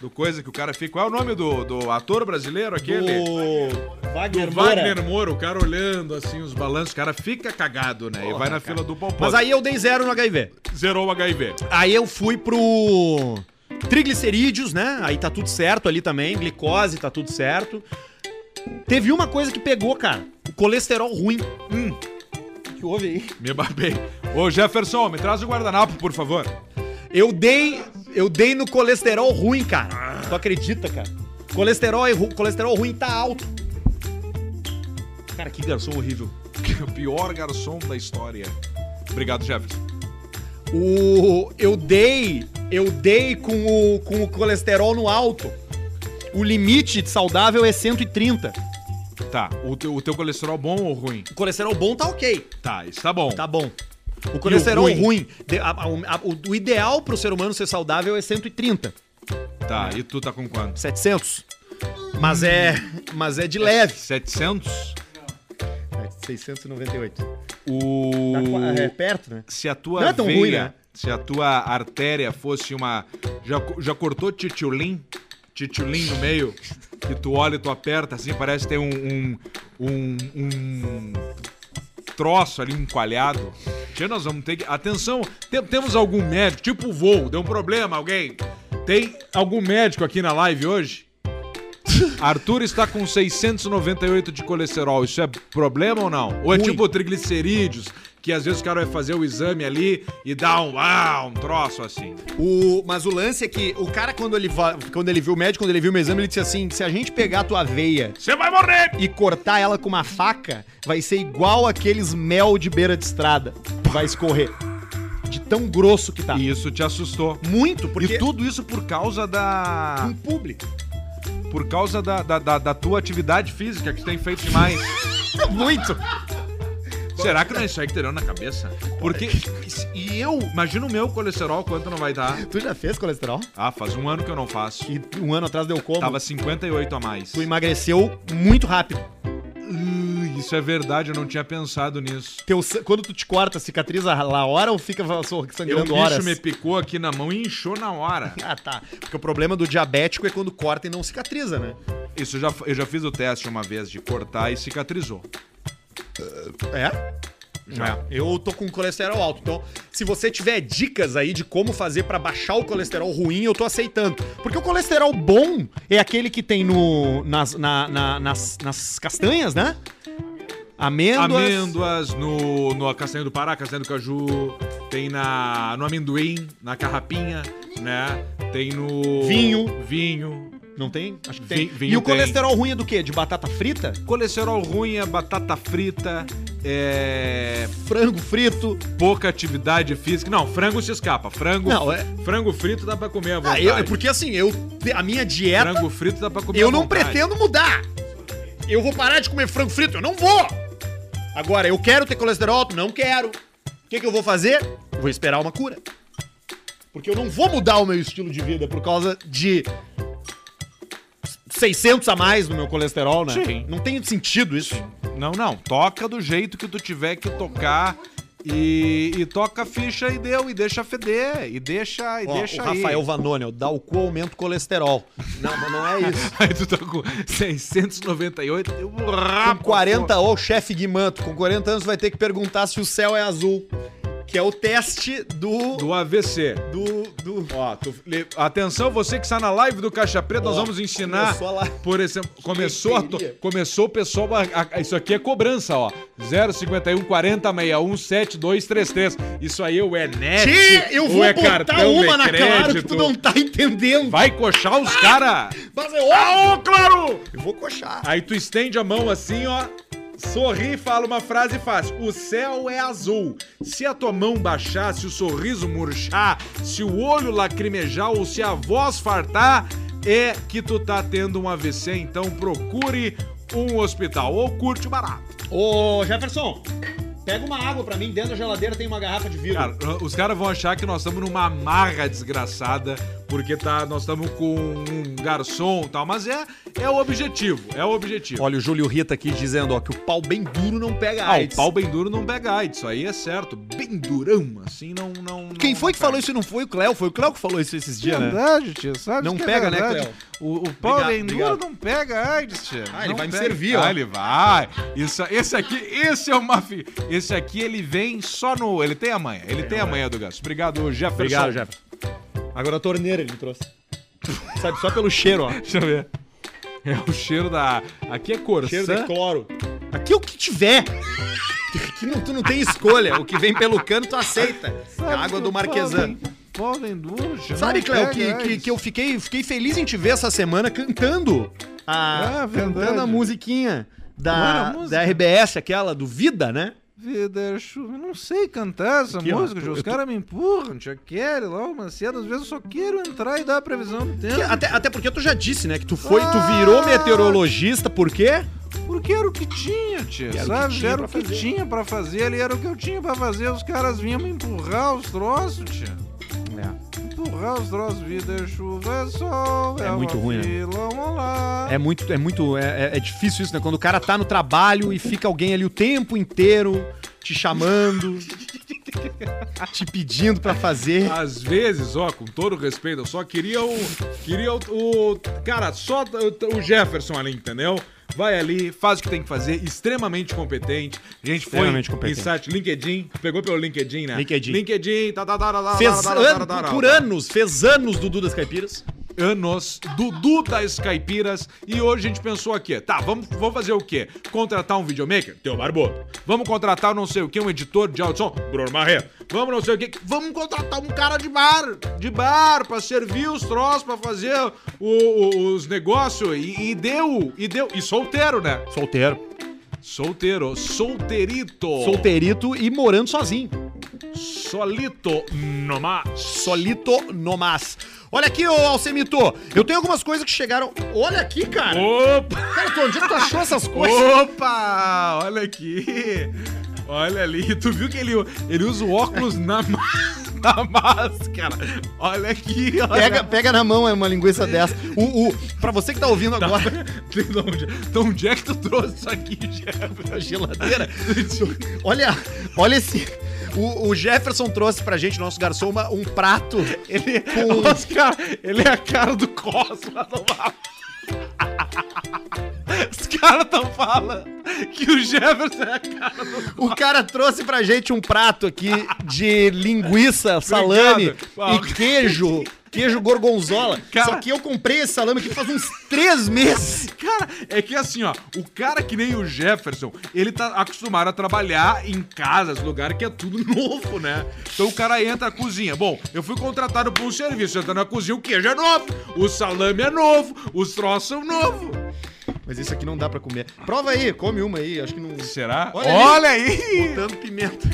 [SPEAKER 1] Do coisa que o cara fica. Qual é o nome do, do ator brasileiro aquele?
[SPEAKER 6] Do um Wagner
[SPEAKER 1] Do
[SPEAKER 6] Moura.
[SPEAKER 1] Wagner Moura, o cara olhando assim os balanços, o cara fica cagado, né? e vai na fila do palpão.
[SPEAKER 6] Mas aí eu dei zero no HIV.
[SPEAKER 1] zerou o HIV.
[SPEAKER 6] Aí eu fui pro triglicerídeos, né? Aí tá tudo certo ali também, glicose tá tudo certo. Teve uma coisa que pegou, cara, o colesterol ruim. Hum. O que houve aí?
[SPEAKER 1] Me babei. Ô, Jefferson, me traz o guardanapo, por favor.
[SPEAKER 6] Eu dei, eu dei no colesterol ruim, cara. Tu acredita, cara? Colesterol, é ru- colesterol ruim tá alto. Cara, que garçom horrível.
[SPEAKER 1] Que é o pior garçom da história. Obrigado, Jefferson.
[SPEAKER 6] O eu dei, eu dei com o com o colesterol no alto. O limite saudável é 130.
[SPEAKER 1] Tá, o teu, o teu colesterol bom ou ruim?
[SPEAKER 6] O colesterol bom tá ok.
[SPEAKER 1] Tá, está bom.
[SPEAKER 6] Tá bom. O colesterol
[SPEAKER 1] ruim?
[SPEAKER 6] ruim. de- a- a- a- o, o ideal pro ser humano ser saudável é 130,
[SPEAKER 1] Tá, e tu tá com quanto?
[SPEAKER 6] 700. Mas é, mas é de leve.
[SPEAKER 1] 700?
[SPEAKER 6] É 698.
[SPEAKER 1] O...
[SPEAKER 6] Tá perto, né?
[SPEAKER 1] Se a tua
[SPEAKER 6] Não é tão
[SPEAKER 1] veia,
[SPEAKER 6] ruim, né?
[SPEAKER 1] se a tua artéria fosse uma... Já, co- já cortou titiulim? Titiulim no meio? Que tu olha e tu aperta assim, parece ter um... um, um, um troço ali, um coalhado. Tia, nós vamos ter que... Atenção, tem- temos algum médico, tipo voo, deu um problema, alguém... Tem algum médico aqui na live hoje? Arthur está com 698 de colesterol. Isso é problema ou não? Ou é tipo triglicerídeos, que às vezes o cara vai fazer o exame ali e dá um, ah, um troço assim.
[SPEAKER 6] O, mas o lance é que o cara, quando ele, va- quando ele viu o médico, quando ele viu o meu exame, ele disse assim: se a gente pegar a tua veia
[SPEAKER 9] ¡Se va a morrer!
[SPEAKER 6] e cortar ela com uma faca, vai ser igual aqueles mel de beira de estrada. Vai escorrer. De tão grosso que tá.
[SPEAKER 1] E isso te assustou.
[SPEAKER 6] Muito, porque.
[SPEAKER 1] E tudo isso por causa da.
[SPEAKER 6] um público.
[SPEAKER 1] Por causa da, da, da- da tua atividade física que tu tem feito demais.
[SPEAKER 6] Muito.
[SPEAKER 1] Será que não é isso aí que terão na cabeça? Porque. E eu. Imagina o meu colesterol, quanto não vai dar?
[SPEAKER 6] Tu já fez colesterol?
[SPEAKER 1] Ah, faz um ano que eu não faço.
[SPEAKER 6] E um ano atrás deu como?
[SPEAKER 1] Tava 58 a mais.
[SPEAKER 6] Tu emagreceu muito rápido.
[SPEAKER 1] Ui, Isso é verdade, eu não tinha pensado nisso.
[SPEAKER 6] Teu, sa- quando tu te corta, cicatriza lá hora ou fica so-
[SPEAKER 1] Eu, o
[SPEAKER 6] sangrando
[SPEAKER 1] bicho
[SPEAKER 6] horas?
[SPEAKER 1] me picou aqui na mão e inchou na hora.
[SPEAKER 6] Ah, tá. Porque o problema do diabético é quando corta e não cicatriza, né?
[SPEAKER 1] Isso eu já, eu já fiz o teste uma vez de cortar e cicatrizou.
[SPEAKER 6] É? Já. Eu tô com colesterol alto, então se você tiver dicas aí de como fazer pra baixar o colesterol ruim, eu tô aceitando. Porque o colesterol bom é aquele que tem no nas, na- na- nas, nas castanhas, né? Amêndoas.
[SPEAKER 1] Amêndoas, no, no castanha do Pará, castanha do Caju, tem na, no amendoim, na carrapinha, né? Tem no.
[SPEAKER 6] Vinho.
[SPEAKER 1] Vinho.
[SPEAKER 6] Não tem? Acho que
[SPEAKER 1] Vin-
[SPEAKER 6] tem.
[SPEAKER 1] vinho
[SPEAKER 6] e o
[SPEAKER 1] tem.
[SPEAKER 6] colesterol ruim é do quê? De batata frita?
[SPEAKER 1] Colesterol ruim é batata frita, é.
[SPEAKER 6] Frango frito?
[SPEAKER 1] pouca atividade física. Não, frango se escapa. Frango,
[SPEAKER 6] Não, é-
[SPEAKER 1] frango frito dá pra comer à
[SPEAKER 6] Ah,
[SPEAKER 1] vontade.
[SPEAKER 6] eu, é porque assim, eu a minha dieta
[SPEAKER 1] Frango frito dá pra comer à
[SPEAKER 6] eu não
[SPEAKER 1] vontade.
[SPEAKER 6] pretendo mudar. Eu vou parar de comer frango frito, eu não vou. Agora eu quero ter colesterol, alto? não quero. O que, que eu vou fazer? Eu Vou esperar uma cura. Porque eu não vou mudar o meu estilo de vida por causa de 600 a mais no meu colesterol, né?
[SPEAKER 1] Sim.
[SPEAKER 6] Não tem sentido isso.
[SPEAKER 1] Não, não. Toca do jeito que tu tiver que tocar. E, e toca a ficha e deu, e deixa feder, e deixa, e
[SPEAKER 6] Ó,
[SPEAKER 1] deixa
[SPEAKER 6] o
[SPEAKER 1] aí.
[SPEAKER 6] Rafael Vanoni, dá o cu aumenta o colesterol. Não, mas não é isso.
[SPEAKER 1] Aí tu tá com 698, eu
[SPEAKER 6] Com
[SPEAKER 1] rapo.
[SPEAKER 6] 40 ou chefe Guimanto, com 40 anos vai ter que perguntar se o céu é azul, que é o teste do
[SPEAKER 1] Do AVC.
[SPEAKER 6] do, do...
[SPEAKER 1] Ó, tu- le- atenção, você que está na live do Caixa Preta, nós
[SPEAKER 6] Ó,
[SPEAKER 1] vamos ensinar.
[SPEAKER 6] começou a live.
[SPEAKER 1] Por exemplo, começou, a to-
[SPEAKER 6] queria?
[SPEAKER 1] começou o pessoal. a- a- isso aqui é cobrança, ó. 051 40 61 7233. Isso aí ou é net.
[SPEAKER 6] Tchê, eu
[SPEAKER 1] ou
[SPEAKER 6] vou
[SPEAKER 1] é
[SPEAKER 6] botar
[SPEAKER 1] cartão de
[SPEAKER 6] uma na Claro que
[SPEAKER 1] crédito.
[SPEAKER 6] tu não tá entendendo. Ah,
[SPEAKER 1] Vai coxar os cara. Ah,
[SPEAKER 6] Mas é óbvio. claro! Eu vou coxar.
[SPEAKER 1] Aí tu estende a mão assim, ó. Sorri e fala uma frase fácil. O céu é azul. Se a tua mão baixar, se o sorriso murchar, se o olho lacrimejar ou se a voz fartar, é que tu tá tendo um AVC. Então procure um hospital ou curte barato.
[SPEAKER 6] Ô, Jefferson, pega uma água pra mim. Dentro da geladeira tem uma garrafa de vidro.
[SPEAKER 1] Cara, os caras vão achar que nós estamos numa marra desgraçada porque tá, nós estamos com um garçom e tal, mas é, é o objetivo, é o objetivo.
[SPEAKER 6] Olha o Júlio Rita aqui dizendo, ó, que o pau bem duro não pega
[SPEAKER 1] Ah, o
[SPEAKER 6] AIDS.
[SPEAKER 1] pau bem duro não pega AIDS, isso aí é certo. Bem durão, assim, não... não
[SPEAKER 6] Quem
[SPEAKER 1] não
[SPEAKER 6] foi que
[SPEAKER 1] pega.
[SPEAKER 6] falou isso não foi o Cléo? Foi o Cléo que falou isso esses dias, né?
[SPEAKER 3] Verdade, tio, sabe?
[SPEAKER 6] Não
[SPEAKER 3] que é
[SPEAKER 6] pega, né,
[SPEAKER 3] verdade.
[SPEAKER 6] Cleo?
[SPEAKER 3] O, o pau
[SPEAKER 6] Obrigado,
[SPEAKER 3] bem duro
[SPEAKER 6] obrigado.
[SPEAKER 3] não pega AIDS, tio.
[SPEAKER 6] Ah, ele
[SPEAKER 3] Não
[SPEAKER 6] vai me
[SPEAKER 3] pega.
[SPEAKER 6] servir, ó.
[SPEAKER 1] Ah, ele vai. Isso, esse aqui, esse é uma... fi- Esse aqui, ele vem só no... Ele tem a manha, ele tem a manha do gasto. Obrigado, Jefferson.
[SPEAKER 6] Jefferson. Agora a torneira ele me trouxe. Sabe, só pelo cheiro, ó.
[SPEAKER 1] Deixa eu ver. É o cheiro da... Aqui é Corsã.
[SPEAKER 6] Cheiro de cloro. Aqui é o que tiver. Aqui não, tu não tem escolha. O que vem pelo cano, tu aceita. É a água do Marquesan.
[SPEAKER 3] Pau bem duro, tio,
[SPEAKER 6] Sabe,
[SPEAKER 3] não
[SPEAKER 6] Cléo, que,
[SPEAKER 3] pega
[SPEAKER 6] que,
[SPEAKER 3] AIDS.
[SPEAKER 6] que eu fiquei, fiquei feliz em te ver essa semana cantando. A,
[SPEAKER 3] Ah, verdade.
[SPEAKER 6] cantando a musiquinha
[SPEAKER 3] Não era
[SPEAKER 6] da,
[SPEAKER 3] a música?
[SPEAKER 6] da RBS, aquela do Vida, né?
[SPEAKER 3] Vida, chuva. Eu não sei cantar essa
[SPEAKER 6] Aqui, ó,
[SPEAKER 3] música,
[SPEAKER 6] eu
[SPEAKER 3] tio.
[SPEAKER 6] tô-
[SPEAKER 3] Os
[SPEAKER 6] eu tô-
[SPEAKER 3] caras me empurram, tio. Quero lá o Macedo. Às vezes eu só quero entrar e dar a previsão do tempo.
[SPEAKER 6] Que- até, até porque tu já disse, né? Que
[SPEAKER 3] Ah.
[SPEAKER 6] tu foi, tu virou meteorologista, por quê?
[SPEAKER 3] Porque era o que tinha, tia,
[SPEAKER 6] Era o que
[SPEAKER 3] sabe?
[SPEAKER 6] tinha
[SPEAKER 3] era
[SPEAKER 6] pra
[SPEAKER 3] o que
[SPEAKER 6] fazer.
[SPEAKER 3] tinha pra fazer ali, era o que eu tinha pra fazer. Os caras vinham me empurrar os troços, tia. É. Empurrar os troços, vida é chuva, é sol.
[SPEAKER 6] É muito ruim, né?
[SPEAKER 3] né?
[SPEAKER 6] É muito, é muito, é, é- é difícil isso, né? Quando o cara tá no trabalho e fica alguém ali o tempo inteiro te chamando, te pedindo pra fazer.
[SPEAKER 1] Às vezes, ó, com todo respeito, eu só queria o. Queria o. o- cara, só o, o Jefferson ali, entendeu? vai ali, faz o que tem que fazer, extremamente competente. A gente foi
[SPEAKER 6] Extremamente
[SPEAKER 1] em
[SPEAKER 6] competente.
[SPEAKER 1] site LinkedIn, pegou pelo LinkedIn, né?
[SPEAKER 6] LinkedIn.
[SPEAKER 1] LinkedIn, tá, tá, tá, tá, tá,
[SPEAKER 6] Fez
[SPEAKER 1] tá, tá, tá,
[SPEAKER 6] an-
[SPEAKER 1] tá, tá,
[SPEAKER 6] por
[SPEAKER 1] tá.
[SPEAKER 6] anos, fez anos do Dudas Caipiras.
[SPEAKER 1] anos, Dudu das Caipiras, e hoje a gente pensou aqui, tá, vamos, vamos fazer o quê? Contratar um videomaker? Teu Barboto. Vamos contratar não sei o quê, um editor de audição? Bruno Marré. Vamos não sei o quê, vamos contratar um cara de bar, de bar, pra servir os troços, pra fazer o- o- os negócios, e, e deu, e deu, e solteiro, né?
[SPEAKER 6] Solteiro.
[SPEAKER 1] Solteiro, solterito.
[SPEAKER 6] Solteirito e morando sozinho.
[SPEAKER 1] Solito, nomás.
[SPEAKER 6] Solito nomás. Olha aqui, ô Alcemito. Eu tenho algumas coisas que chegaram. Olha aqui, cara.
[SPEAKER 1] Opa!
[SPEAKER 6] Cara, tu- onde é que tu achou essas coisas?
[SPEAKER 1] Opa! Olha aqui! Olha ali, tu viu que ele, ele usa o óculos na, ma- na máscara? Olha aqui, olha.
[SPEAKER 6] Pega, pega na mão é uma linguiça dessa. O, o, pra você que tá ouvindo agora,
[SPEAKER 1] De onde- Então onde é que tu trouxe isso aqui,
[SPEAKER 6] a
[SPEAKER 1] Jeff?
[SPEAKER 6] geladeira. Olha, olha esse. O, o Jefferson trouxe pra gente, nosso garçom, uma- um prato.
[SPEAKER 1] Ele,
[SPEAKER 6] Com-
[SPEAKER 1] Oscar, ele é a cara do Cosma no mapa. Os caras tão falando que o Jefferson é a cara do
[SPEAKER 6] O cara trouxe pra gente um prato aqui de linguiça, salame
[SPEAKER 1] Uau.
[SPEAKER 6] e queijo. Queijo gorgonzola.
[SPEAKER 1] Cara-
[SPEAKER 6] Só que eu comprei esse salame aqui faz uns três meses.
[SPEAKER 1] Cara, é que assim, ó, o cara que nem o Jefferson, ele tá acostumado a trabalhar em casas, lugar que é tudo novo, né? Então o cara entra na cozinha. Bom, eu fui contratado por um serviço, entra na cozinha, o queijo é novo, o salame é novo, os troços são novos.
[SPEAKER 6] Mas isso aqui não dá pra comer. Prova aí, come uma aí. Acho que não.
[SPEAKER 1] Será? Olha,
[SPEAKER 6] Olha ali.
[SPEAKER 1] aí!
[SPEAKER 6] Botando pimenta.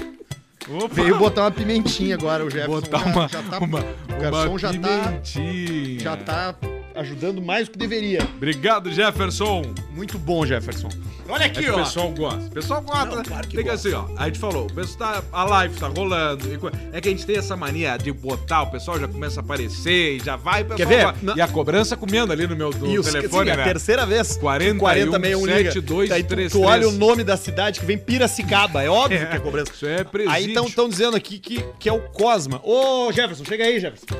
[SPEAKER 1] Opa.
[SPEAKER 6] Veio botar uma pimentinha agora, o Jefferson.
[SPEAKER 1] botar
[SPEAKER 6] já-
[SPEAKER 1] uma,
[SPEAKER 6] já tá-
[SPEAKER 1] uma,
[SPEAKER 6] o garçom
[SPEAKER 1] uma
[SPEAKER 6] já tá,
[SPEAKER 1] pimentinha.
[SPEAKER 6] já tá ajudando mais do que deveria.
[SPEAKER 1] Obrigado, Jefferson.
[SPEAKER 6] Muito bom, Jefferson. Olha
[SPEAKER 1] É que o pessoal gosta. O pessoal gosta. né?
[SPEAKER 6] claro que
[SPEAKER 1] tem que assim, ó. A gente falou, o pessoal tá. A live tá rolando. e co- É que a gente tem essa mania de botar, o pessoal já começa a aparecer e já vai, o pessoal
[SPEAKER 6] Quer ver?
[SPEAKER 1] vai.
[SPEAKER 6] Na-
[SPEAKER 1] E a cobrança comendo ali no meu do
[SPEAKER 6] E o
[SPEAKER 1] telefone,
[SPEAKER 6] telefone,
[SPEAKER 1] né?
[SPEAKER 6] é a terceira vez.
[SPEAKER 1] 41,
[SPEAKER 6] 41 liga.
[SPEAKER 1] 72,
[SPEAKER 6] Daí tu-
[SPEAKER 1] 33.
[SPEAKER 6] Tu olha o nome da cidade que vem Piracicaba, é óbvio que é cobrança.
[SPEAKER 1] Isso é presídio.
[SPEAKER 6] Aí então, estão dizendo aqui que, que é o Cosma. Ô, Jefferson, chega aí, Jefferson. tá-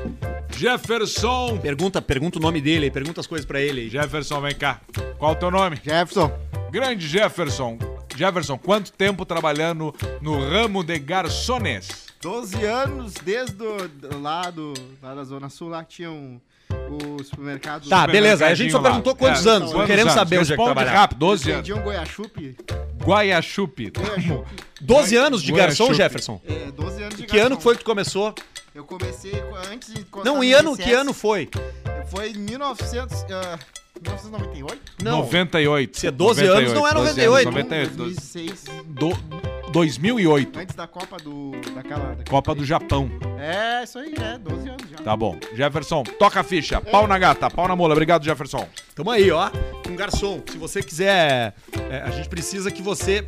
[SPEAKER 1] Jefferson!
[SPEAKER 6] Pergunta, pergunta o nome dele aí, pergunta as coisas pra ele aí.
[SPEAKER 1] Jefferson, vem cá. Qual o teu nome?
[SPEAKER 10] Jefferson,
[SPEAKER 1] Grande Jefferson. Jefferson, quanto tempo trabalhando no ramo de garçones?
[SPEAKER 10] 12 anos, desde o, do- lá, do, lá da Zona Sul, lá tinha um, o supermercado.
[SPEAKER 6] Tá, beleza. Aí a gente só perguntou quantos
[SPEAKER 1] É,
[SPEAKER 6] anos. Não queremos
[SPEAKER 1] anos?
[SPEAKER 6] saber onde é que
[SPEAKER 1] Responde
[SPEAKER 6] trabalhava.
[SPEAKER 1] rápido, 12 anos.
[SPEAKER 10] Vendia um goiachupe.
[SPEAKER 1] Guaiachupe.
[SPEAKER 6] É, 12 anos de
[SPEAKER 1] Ué,
[SPEAKER 6] garçom,
[SPEAKER 1] chupa.
[SPEAKER 6] Jefferson.
[SPEAKER 10] É, 12 anos de
[SPEAKER 6] Que ano
[SPEAKER 10] garçom.
[SPEAKER 6] que foi que tu começou?
[SPEAKER 10] Eu comecei co- antes de encostar
[SPEAKER 6] Não,
[SPEAKER 10] no
[SPEAKER 6] e ano, que
[SPEAKER 10] INSS.
[SPEAKER 6] ano foi?
[SPEAKER 10] Foi em 1900, ah, 1998?
[SPEAKER 6] Não.
[SPEAKER 1] 98.
[SPEAKER 6] Se é 12 anos, não é 98.
[SPEAKER 1] 98.
[SPEAKER 10] 2006,
[SPEAKER 1] Do, 2008.
[SPEAKER 10] antes da Copa do. daquela. daquela
[SPEAKER 1] Copa do Japão.
[SPEAKER 10] É, isso aí, é, 12 anos já.
[SPEAKER 1] Tá bom. Jefferson, toca a ficha. Pau na gata, pau na mola. Obrigado, Jefferson.
[SPEAKER 6] Tamo aí, ó. Um garçom, se você quiser. é, a gente precisa que você.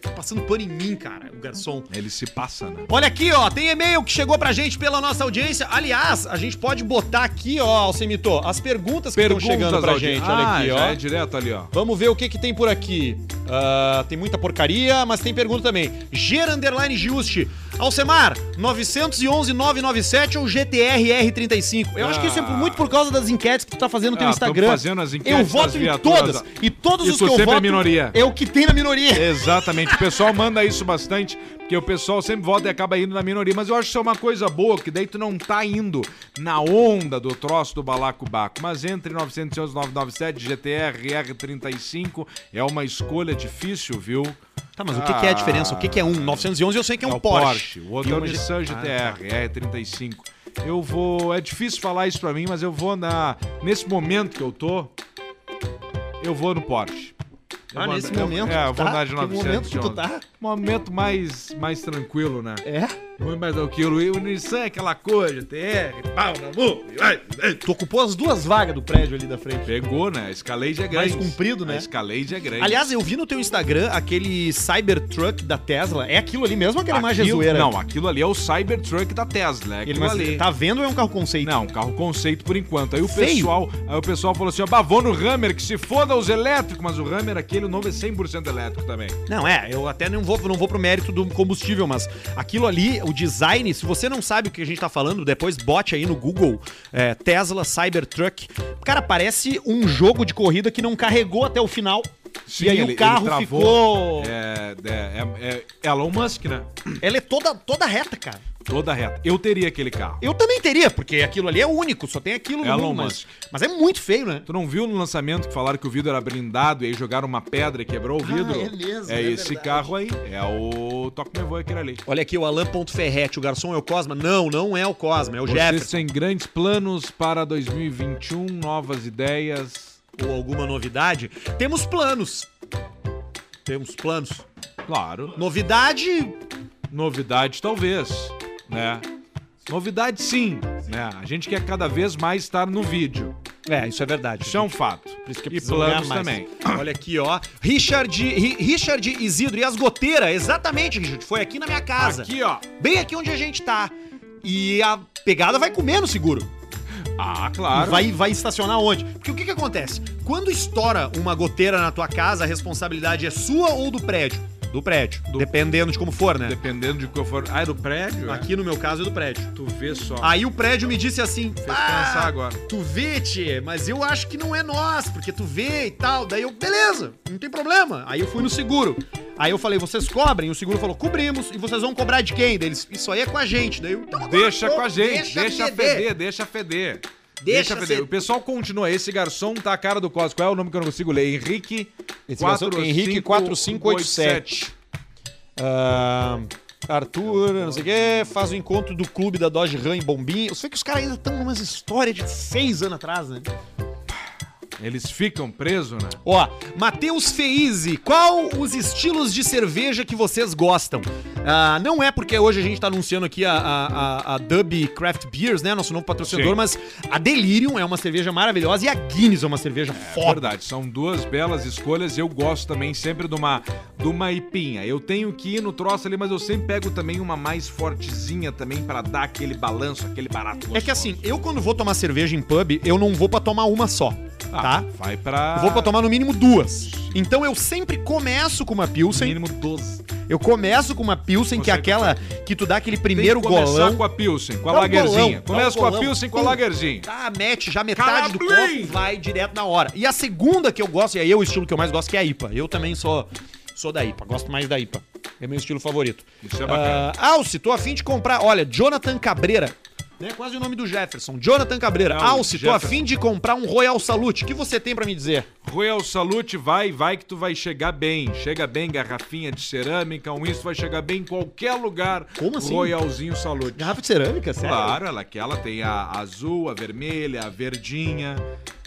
[SPEAKER 6] Tá passando pano em mim, cara, o garçom.
[SPEAKER 1] Ele se passa, né?
[SPEAKER 6] Olha aqui, ó, tem e-mail que chegou pra gente pela nossa audiência. Aliás, a gente pode botar aqui, ó, Alcemito, as perguntas que estão
[SPEAKER 1] Perguntas
[SPEAKER 6] chegando pra
[SPEAKER 1] audiência.
[SPEAKER 6] gente. Olha
[SPEAKER 1] Ah,
[SPEAKER 6] aqui,
[SPEAKER 1] já
[SPEAKER 6] ó.
[SPEAKER 1] é direto ali, ó.
[SPEAKER 6] Vamos ver o que, que tem por aqui. Ah, tem muita porcaria, mas tem pergunta também. Ger Underline Juste. Alcemar, 911-997 ou GTRR35? Eu acho que isso é por- muito por causa das enquetes que tu tá fazendo no teu
[SPEAKER 1] Ah, tamo
[SPEAKER 6] Instagram.
[SPEAKER 1] fazendo as enquetes
[SPEAKER 6] eu
[SPEAKER 1] das
[SPEAKER 6] voto em
[SPEAKER 1] viaturas.
[SPEAKER 6] todas. E todos
[SPEAKER 1] E
[SPEAKER 6] os
[SPEAKER 1] tu
[SPEAKER 6] que eu
[SPEAKER 1] sempre é
[SPEAKER 6] voto
[SPEAKER 1] minoria.
[SPEAKER 6] é o que tem na minoria.
[SPEAKER 1] Exatamente. O pessoal manda isso bastante, porque o pessoal sempre vota e acaba indo na minoria. Mas eu acho que isso é uma coisa boa, que daí tu não tá indo na onda do troço do balacobaco. Mas entre 911 997 GTR R35 é uma escolha difícil, viu?
[SPEAKER 6] Tá, mas o que, que é a diferença? O que, que é um? 911 eu sei que é um Porsche.
[SPEAKER 1] O outro é o
[SPEAKER 6] E um G-
[SPEAKER 1] Nissan GTR R35. Eu vou... É difícil falar isso pra mim, mas eu vou na... Nesse momento que eu tô, eu vou no Porsche. Eu
[SPEAKER 6] Ah,
[SPEAKER 1] vou
[SPEAKER 6] nesse
[SPEAKER 1] andar- eu-
[SPEAKER 6] momento.
[SPEAKER 1] É,
[SPEAKER 6] tu
[SPEAKER 1] eu vou
[SPEAKER 6] tá?
[SPEAKER 1] andar de
[SPEAKER 6] Que
[SPEAKER 1] 911.
[SPEAKER 6] momento que tu tá?
[SPEAKER 1] Momento mais, mais tranquilo, né?
[SPEAKER 6] É?
[SPEAKER 1] Muito mais tranquilo. E o Nissan é aquela coisa, TR, pau na mão, e vai. vai.
[SPEAKER 6] é, Tu ocupou as duas vagas do prédio ali da frente.
[SPEAKER 1] Pegou, né? A Escalade é
[SPEAKER 6] Mais
[SPEAKER 1] grande.
[SPEAKER 6] comprido, né?
[SPEAKER 1] A Escalade é grande.
[SPEAKER 6] Aliás, eu vi no teu Instagram aquele Cybertruck da Tesla. É aquilo ali mesmo ou aquela imagem
[SPEAKER 1] aquilo,
[SPEAKER 6] zoeira?
[SPEAKER 1] Não, aquilo ali é o Cybertruck da Tesla. É
[SPEAKER 6] Ele
[SPEAKER 1] aquilo
[SPEAKER 6] mas,
[SPEAKER 1] ali.
[SPEAKER 6] tá vendo ou é um carro conceito?
[SPEAKER 1] Não, carro conceito por enquanto. Aí o
[SPEAKER 6] Feio.
[SPEAKER 1] pessoal, aí o pessoal falou assim: ó, bah, vou no Hammer, que se foda os elétricos, mas o Hammer, aquele novo é 100% elétrico também.
[SPEAKER 6] Não, é, eu até não vou, não vou pro mérito do combustível, mas aquilo ali, o design, se você não sabe o que a gente tá falando, depois bote aí no Google é, Tesla Cybertruck. Cara, parece um jogo de corrida que não carregou até o final.
[SPEAKER 1] Sim,
[SPEAKER 6] e aí
[SPEAKER 1] ele-
[SPEAKER 6] o carro
[SPEAKER 1] ele travou.
[SPEAKER 6] ficou.
[SPEAKER 1] É, é, é, é Elon Musk, né?
[SPEAKER 6] Ela é toda, toda reta, cara.
[SPEAKER 1] Toda reta. Eu teria aquele carro.
[SPEAKER 6] Eu também teria, porque aquilo ali é único, só tem aquilo no
[SPEAKER 1] Elon
[SPEAKER 6] mundo, mas, mas é muito feio, né?
[SPEAKER 1] Tu não viu no lançamento que falaram que o vidro era blindado e aí jogaram uma pedra e quebrou o vidro?
[SPEAKER 10] é mesmo,
[SPEAKER 1] É,
[SPEAKER 10] é
[SPEAKER 1] esse
[SPEAKER 10] verdade.
[SPEAKER 1] carro aí. É o Toque Me Voe aquele ali.
[SPEAKER 6] Olha aqui o Alan.ferrete, o garçom é o Cosma? Não, não é o Cosma, é o
[SPEAKER 1] Você
[SPEAKER 6] Jefferson.
[SPEAKER 1] sem grandes planos para 2021, novas ideias.
[SPEAKER 6] Ou alguma novidade? Temos planos. Temos planos.
[SPEAKER 1] Claro.
[SPEAKER 6] Novidade,
[SPEAKER 1] Novidade talvez, né? Novidade sim, né? A gente quer cada vez mais estar no vídeo.
[SPEAKER 6] É, isso é verdade.
[SPEAKER 1] Isso é um fato.
[SPEAKER 6] Por isso que
[SPEAKER 1] e
[SPEAKER 6] precisamos ganhar
[SPEAKER 1] planos
[SPEAKER 6] mais.
[SPEAKER 1] também.
[SPEAKER 6] Olha aqui, ó. Richard, Ri- Richard Isidro e as goteiras. Exatamente, Richard. Foi aqui na minha casa.
[SPEAKER 1] Aqui, ó.
[SPEAKER 6] Bem aqui onde a gente tá. E a pegada vai comer no seguro.
[SPEAKER 1] Ah, claro.
[SPEAKER 6] Vai, vai estacionar onde? Porque o que que acontece? Quando estoura uma goteira na tua casa, a responsabilidade é sua ou do prédio? Do prédio. Dependendo de como for, né?
[SPEAKER 1] Dependendo de qual for. Ah, é do prédio? é?
[SPEAKER 6] Aqui Ah! no meu caso é do prédio.
[SPEAKER 1] Tu vê só.
[SPEAKER 6] Aí o prédio me disse assim:
[SPEAKER 1] Fez
[SPEAKER 6] "Ah,
[SPEAKER 1] pensar agora.
[SPEAKER 6] Tu vê, tchê, mas eu acho que não é nós, porque tu vê e tal. Daí eu, beleza, não tem problema. Aí eu fui no seguro. Aí eu falei, vocês cobrem? O seguro falou, cobrimos. E vocês vão cobrar de quem? Deles, isso aí é com a gente. Daí eu, então agora
[SPEAKER 1] Deixa
[SPEAKER 6] eu-
[SPEAKER 1] com a gente, deixa,
[SPEAKER 6] feder.
[SPEAKER 1] feder, deixa feder.
[SPEAKER 6] Deixa
[SPEAKER 1] feder.
[SPEAKER 6] ser-
[SPEAKER 1] O pessoal continua. Esse garçom tá a cara do Cosmo. Qual é o nome que eu não consigo ler? Henrique.
[SPEAKER 2] Esse garçom- Henrique 4587. Ah, Arthur, não sei o quê, faz o encontro do clube da Dodge Ram em Bombinha. Eu sei que os caras ainda estão numas histórias de seis anos atrás, né?
[SPEAKER 1] Eles ficam presos, né?
[SPEAKER 6] Ó, Matheus Feize, qual os estilos de cerveja que vocês gostam? Ah, não é porque hoje a gente tá anunciando aqui a, a, a- a Dub Craft Beers, né? Nosso novo patrocinador,
[SPEAKER 1] Sim.
[SPEAKER 6] mas a Delirium é uma cerveja maravilhosa e a Guinness é uma cerveja foda.
[SPEAKER 1] Verdade, são duas belas escolhas. Eu gosto também sempre de uma, de uma ipinha. Eu tenho que ir no troço ali, mas eu sempre pego também uma mais fortezinha também pra dar aquele balanço, aquele barato.
[SPEAKER 6] É que assim, eu quando vou tomar cerveja em pub, eu não vou pra tomar uma só,
[SPEAKER 1] Ah,
[SPEAKER 6] tá?
[SPEAKER 1] Vai pra.
[SPEAKER 6] Eu vou pra tomar no mínimo duas. Então eu sempre começo com uma Pilsen.
[SPEAKER 1] mínimo 12.
[SPEAKER 6] Eu começo com uma Pilsen, que é
[SPEAKER 1] Você
[SPEAKER 6] aquela que tu dá aquele primeiro
[SPEAKER 1] Tem que começar
[SPEAKER 6] golão.
[SPEAKER 1] com a Pilsen, com a
[SPEAKER 6] Dá um
[SPEAKER 1] lagerzinha.
[SPEAKER 6] golão, dá um
[SPEAKER 1] Começa com a
[SPEAKER 6] golão.
[SPEAKER 1] Pilsen, com a
[SPEAKER 6] Pum.
[SPEAKER 1] lagerzinha.
[SPEAKER 6] Tá, mete já metade do
[SPEAKER 1] Calablim!
[SPEAKER 6] copo, vai direto na hora. E a segunda que eu gosto, e aí é o estilo que eu mais gosto, que é a IPA. Eu também sou, sou da IPA, gosto mais da IPA. É meu estilo favorito.
[SPEAKER 1] Isso é bacana.
[SPEAKER 6] Ah, Alce, tô afim de comprar. Olha, Jonathan Cabreira. É quase o nome do Jefferson. Jonathan Cabreira.
[SPEAKER 1] É, o
[SPEAKER 6] Alce, tô
[SPEAKER 1] Jefferson.
[SPEAKER 6] afim de comprar um Royal Salute. O que você tem pra me dizer?
[SPEAKER 1] Royal Salute, vai, vai que tu vai chegar bem. Chega bem, garrafinha de cerâmica, um isso vai chegar bem em qualquer lugar.
[SPEAKER 6] Como assim?
[SPEAKER 1] Royalzinho Salute.
[SPEAKER 6] Garrafa de cerâmica,
[SPEAKER 1] Claro, ela que ela tem a azul, a vermelha, a verdinha.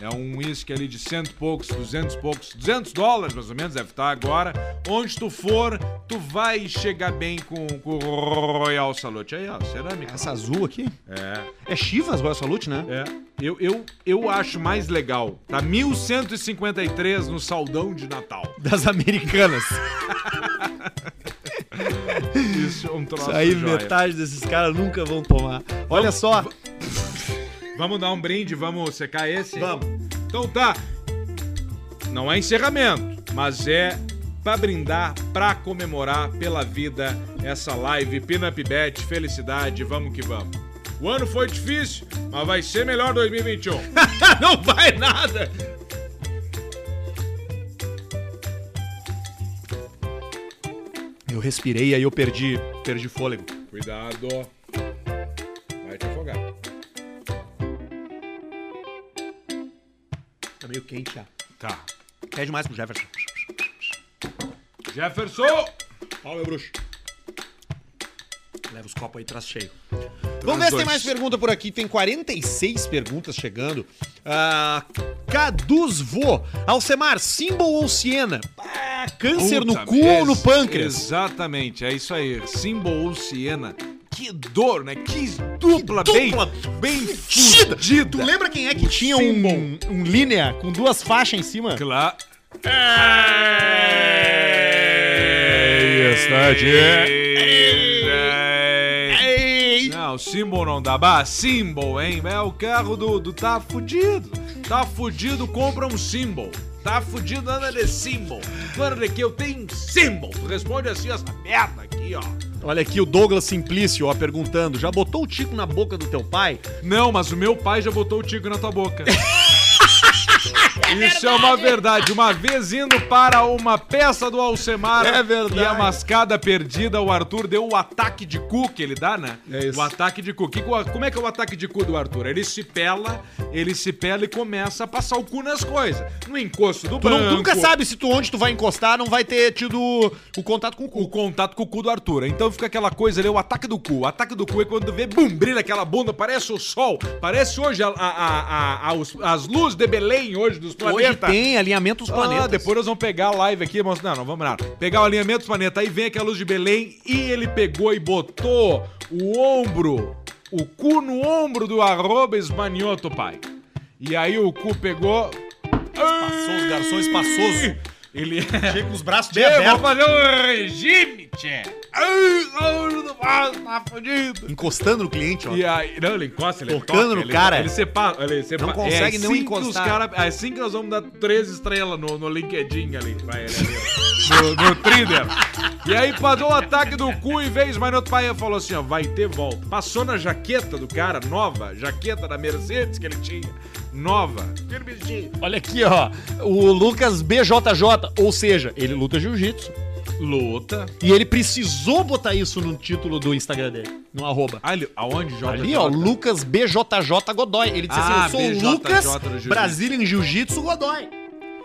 [SPEAKER 1] É um uísque ali de cento e poucos, duzentos e poucos, 200 dólares mais ou menos, deve estar agora. Onde tu for, tu vai chegar bem com, com o Royal Salute. Aí, ó, cerâmica.
[SPEAKER 6] Essa azul aqui?
[SPEAKER 1] É.
[SPEAKER 6] É Chivas Royal Salute, né?
[SPEAKER 1] É, eu, eu, eu acho mais legal. Tá 1153 no saldão de Natal.
[SPEAKER 6] Das americanas.
[SPEAKER 1] Isso é um troço
[SPEAKER 6] Isso aí
[SPEAKER 1] joia.
[SPEAKER 6] metade desses caras nunca vão tomar. Olha só.
[SPEAKER 1] Vamos dar um brinde, vamos secar esse?
[SPEAKER 6] Vamos.
[SPEAKER 1] Então tá. Não é encerramento, mas é pra brindar, pra comemorar pela vida essa live Pinup Bet, felicidade, vamos que vamos. O ano foi difícil, mas vai ser melhor 2021.
[SPEAKER 6] Não vai nada. Eu respirei aí eu perdi, perdi fôlego.
[SPEAKER 1] Cuidado. Vai te afogar.
[SPEAKER 6] Tá meio quente já.
[SPEAKER 1] Tá.
[SPEAKER 6] Pede mais pro Jefferson.
[SPEAKER 1] Jefferson!
[SPEAKER 6] Ó, meu é bruxo. Leva os copos aí, traz cheio. Vamos ver se tem
[SPEAKER 1] dois.
[SPEAKER 6] mais pergunta por aqui. Tem 46 perguntas chegando. Ah, Caduz Vô. Alcemar, símbolo ou Siena? Ah, câncer
[SPEAKER 1] Puta,
[SPEAKER 6] no cu ou no
[SPEAKER 1] ex-
[SPEAKER 6] pâncreas?
[SPEAKER 1] Exatamente, é isso aí. Symbol ou Siena. Que dor, né? Que dupla, bem,
[SPEAKER 6] dupla
[SPEAKER 1] bem
[SPEAKER 6] fudida.
[SPEAKER 1] fudida.
[SPEAKER 6] Tu lembra quem é que tinha
[SPEAKER 1] Symbol.
[SPEAKER 6] um, um linha com duas faixas em cima?
[SPEAKER 1] Claro.
[SPEAKER 6] É
[SPEAKER 1] Está É Não, Symbol não dá. Bah, Symbol, hein? É o carro do, do tá fudido. Tá fudido, compra um Symbol. Tá fudido, anda de Symbol. Claro que eu tenho um Symbol. Tu responde assim essa merda aqui, ó.
[SPEAKER 6] Olha aqui o Douglas Simplício, ó, perguntando. Já botou o tico na boca do teu pai?
[SPEAKER 1] Não, mas o meu pai já botou o tico na tua boca. Isso é uma verdade. Uma vez indo para uma peça do Alcemar
[SPEAKER 6] É verdade.
[SPEAKER 1] e a mascada perdida, o Arthur deu o ataque de cu que ele dá, né?
[SPEAKER 6] É isso.
[SPEAKER 1] O ataque de cu. Que que o- como é que é o ataque de cu do Arthur? Ele se pela, ele se pela e começa a passar o cu nas coisas. No encosto do
[SPEAKER 6] Tu
[SPEAKER 1] banco.
[SPEAKER 6] não- nunca sabe se tu onde tu vai encostar, não vai ter tido o contato com o
[SPEAKER 1] o
[SPEAKER 6] cu.
[SPEAKER 1] contato com o cu do Arthur. Então fica aquela coisa ali, o ataque do cu. O ataque do cu é quando vê, bum, brilha aquela bunda, parece o sol. Parece hoje a- a- a- a- os- as luzes de Belém hoje dos
[SPEAKER 6] Hoje
[SPEAKER 1] planetas.
[SPEAKER 6] tem alinhamento dos planetas.
[SPEAKER 1] Ah, depois nós vamos pegar a live aqui, mas não, não vamos nada. Pegar o alinhamento dos planetas, aí vem aquela luz de Belém e ele pegou e botou o ombro, o cu no ombro do arroba esmanioto, pai. E aí o cu pegou...
[SPEAKER 6] Passou, os garçons espaçoso.
[SPEAKER 1] Ele... é.
[SPEAKER 6] Chega com os braços bem
[SPEAKER 1] Eu vou
[SPEAKER 6] abertos,
[SPEAKER 1] fazer um regime, tchê. Ai, ouro do vaso, tá fudido.
[SPEAKER 6] encostando no cliente, ó.
[SPEAKER 1] E aí, não, ele encosta, ele
[SPEAKER 6] Tocando
[SPEAKER 1] toca,
[SPEAKER 6] no
[SPEAKER 1] ele,
[SPEAKER 6] cara.
[SPEAKER 1] Ele separa, ele separa.
[SPEAKER 2] consegue não
[SPEAKER 1] assim
[SPEAKER 2] encostar.
[SPEAKER 1] Que os cara, é assim que nós vamos dar três estrelas no, no LinkedIn ali pra ele. ali, ó. no no Tinder. E aí passou o ataque do cu e vez, mas no outro pai falou assim, ó, vai ter volta. Passou na jaqueta do cara, nova, jaqueta da Mercedes que ele tinha, nova. Aquele bichinho.
[SPEAKER 6] Olha aqui, ó. O Lucas BJJ, ou seja, ele luta jiu-jitsu.
[SPEAKER 1] Luta.
[SPEAKER 6] E ele precisou botar isso no título do Instagram dele, no arroba.
[SPEAKER 1] Ali, Ah, aonde joga?
[SPEAKER 6] Ali, ó, Lucas BJJ Godoy. Ele disse
[SPEAKER 1] Ah,
[SPEAKER 6] assim: eu
[SPEAKER 1] BJJ
[SPEAKER 6] sou o Lucas
[SPEAKER 1] do jiu-jitsu.
[SPEAKER 6] Brazilian Jiu-Jitsu Godoy.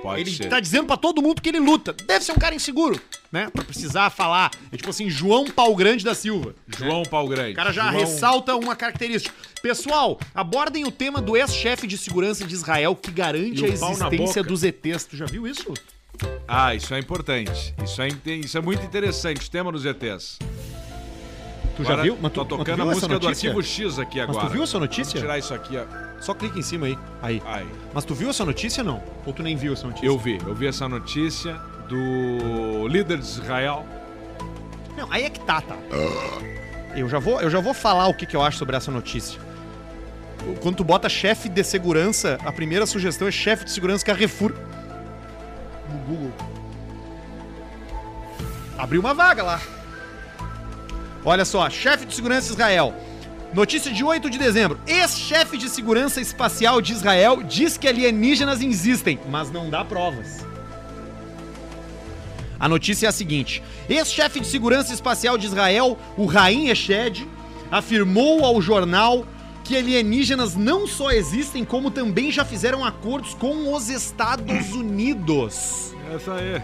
[SPEAKER 1] Pode
[SPEAKER 6] ele
[SPEAKER 1] ser.
[SPEAKER 6] tá dizendo pra todo mundo que ele luta. Deve ser um cara inseguro, né? Pra precisar falar. É tipo assim, João Pau Grande da Silva.
[SPEAKER 1] João Pau Grande.
[SPEAKER 6] O cara já
[SPEAKER 1] João...
[SPEAKER 6] ressalta uma característica. Pessoal, abordem o tema do ex-chefe de segurança de Israel que garante
[SPEAKER 1] E
[SPEAKER 6] a
[SPEAKER 1] o pau na
[SPEAKER 6] existência
[SPEAKER 1] boca.
[SPEAKER 6] dos ETs. Tu já viu isso?
[SPEAKER 1] Ah, isso é importante. Isso é, inte- isso é muito interessante, o tema dos ETs.
[SPEAKER 6] Tu
[SPEAKER 1] Agora,
[SPEAKER 6] já viu? Mas tu,
[SPEAKER 1] tô
[SPEAKER 6] mas tu
[SPEAKER 1] tocando
[SPEAKER 6] viu
[SPEAKER 1] a
[SPEAKER 6] essa
[SPEAKER 1] música do
[SPEAKER 6] notícia?
[SPEAKER 1] Arquivo X aqui
[SPEAKER 6] Mas
[SPEAKER 1] agora.
[SPEAKER 6] tu viu essa
[SPEAKER 1] Vou
[SPEAKER 6] notícia?
[SPEAKER 1] tirar isso aqui, ó.
[SPEAKER 6] Só clica em cima aí. Aí.
[SPEAKER 1] Ai,
[SPEAKER 6] Mas tu viu essa notícia não? Ou tu nem viu essa notícia?
[SPEAKER 1] eu vi. Eu vi essa notícia do líder de Israel.
[SPEAKER 6] Não, aí é que tá, tá. Eu já vou, eu já vou falar o que, que eu acho sobre essa notícia. Quando tu bota chefe de segurança, a primeira sugestão é chefe de segurança Carrefour. No Google. Abriu uma vaga lá. Olha só, chefe de segurança Israel. Notícia de 8 de dezembro. Ex-chefe de segurança espacial de Israel diz que alienígenas existem, mas não dá provas. A notícia é a seguinte: ex-chefe de segurança espacial de Israel, o Raim Eched, afirmou ao jornal que alienígenas não só existem, como também já fizeram acordos com os Estados Unidos,
[SPEAKER 1] Essa É aí.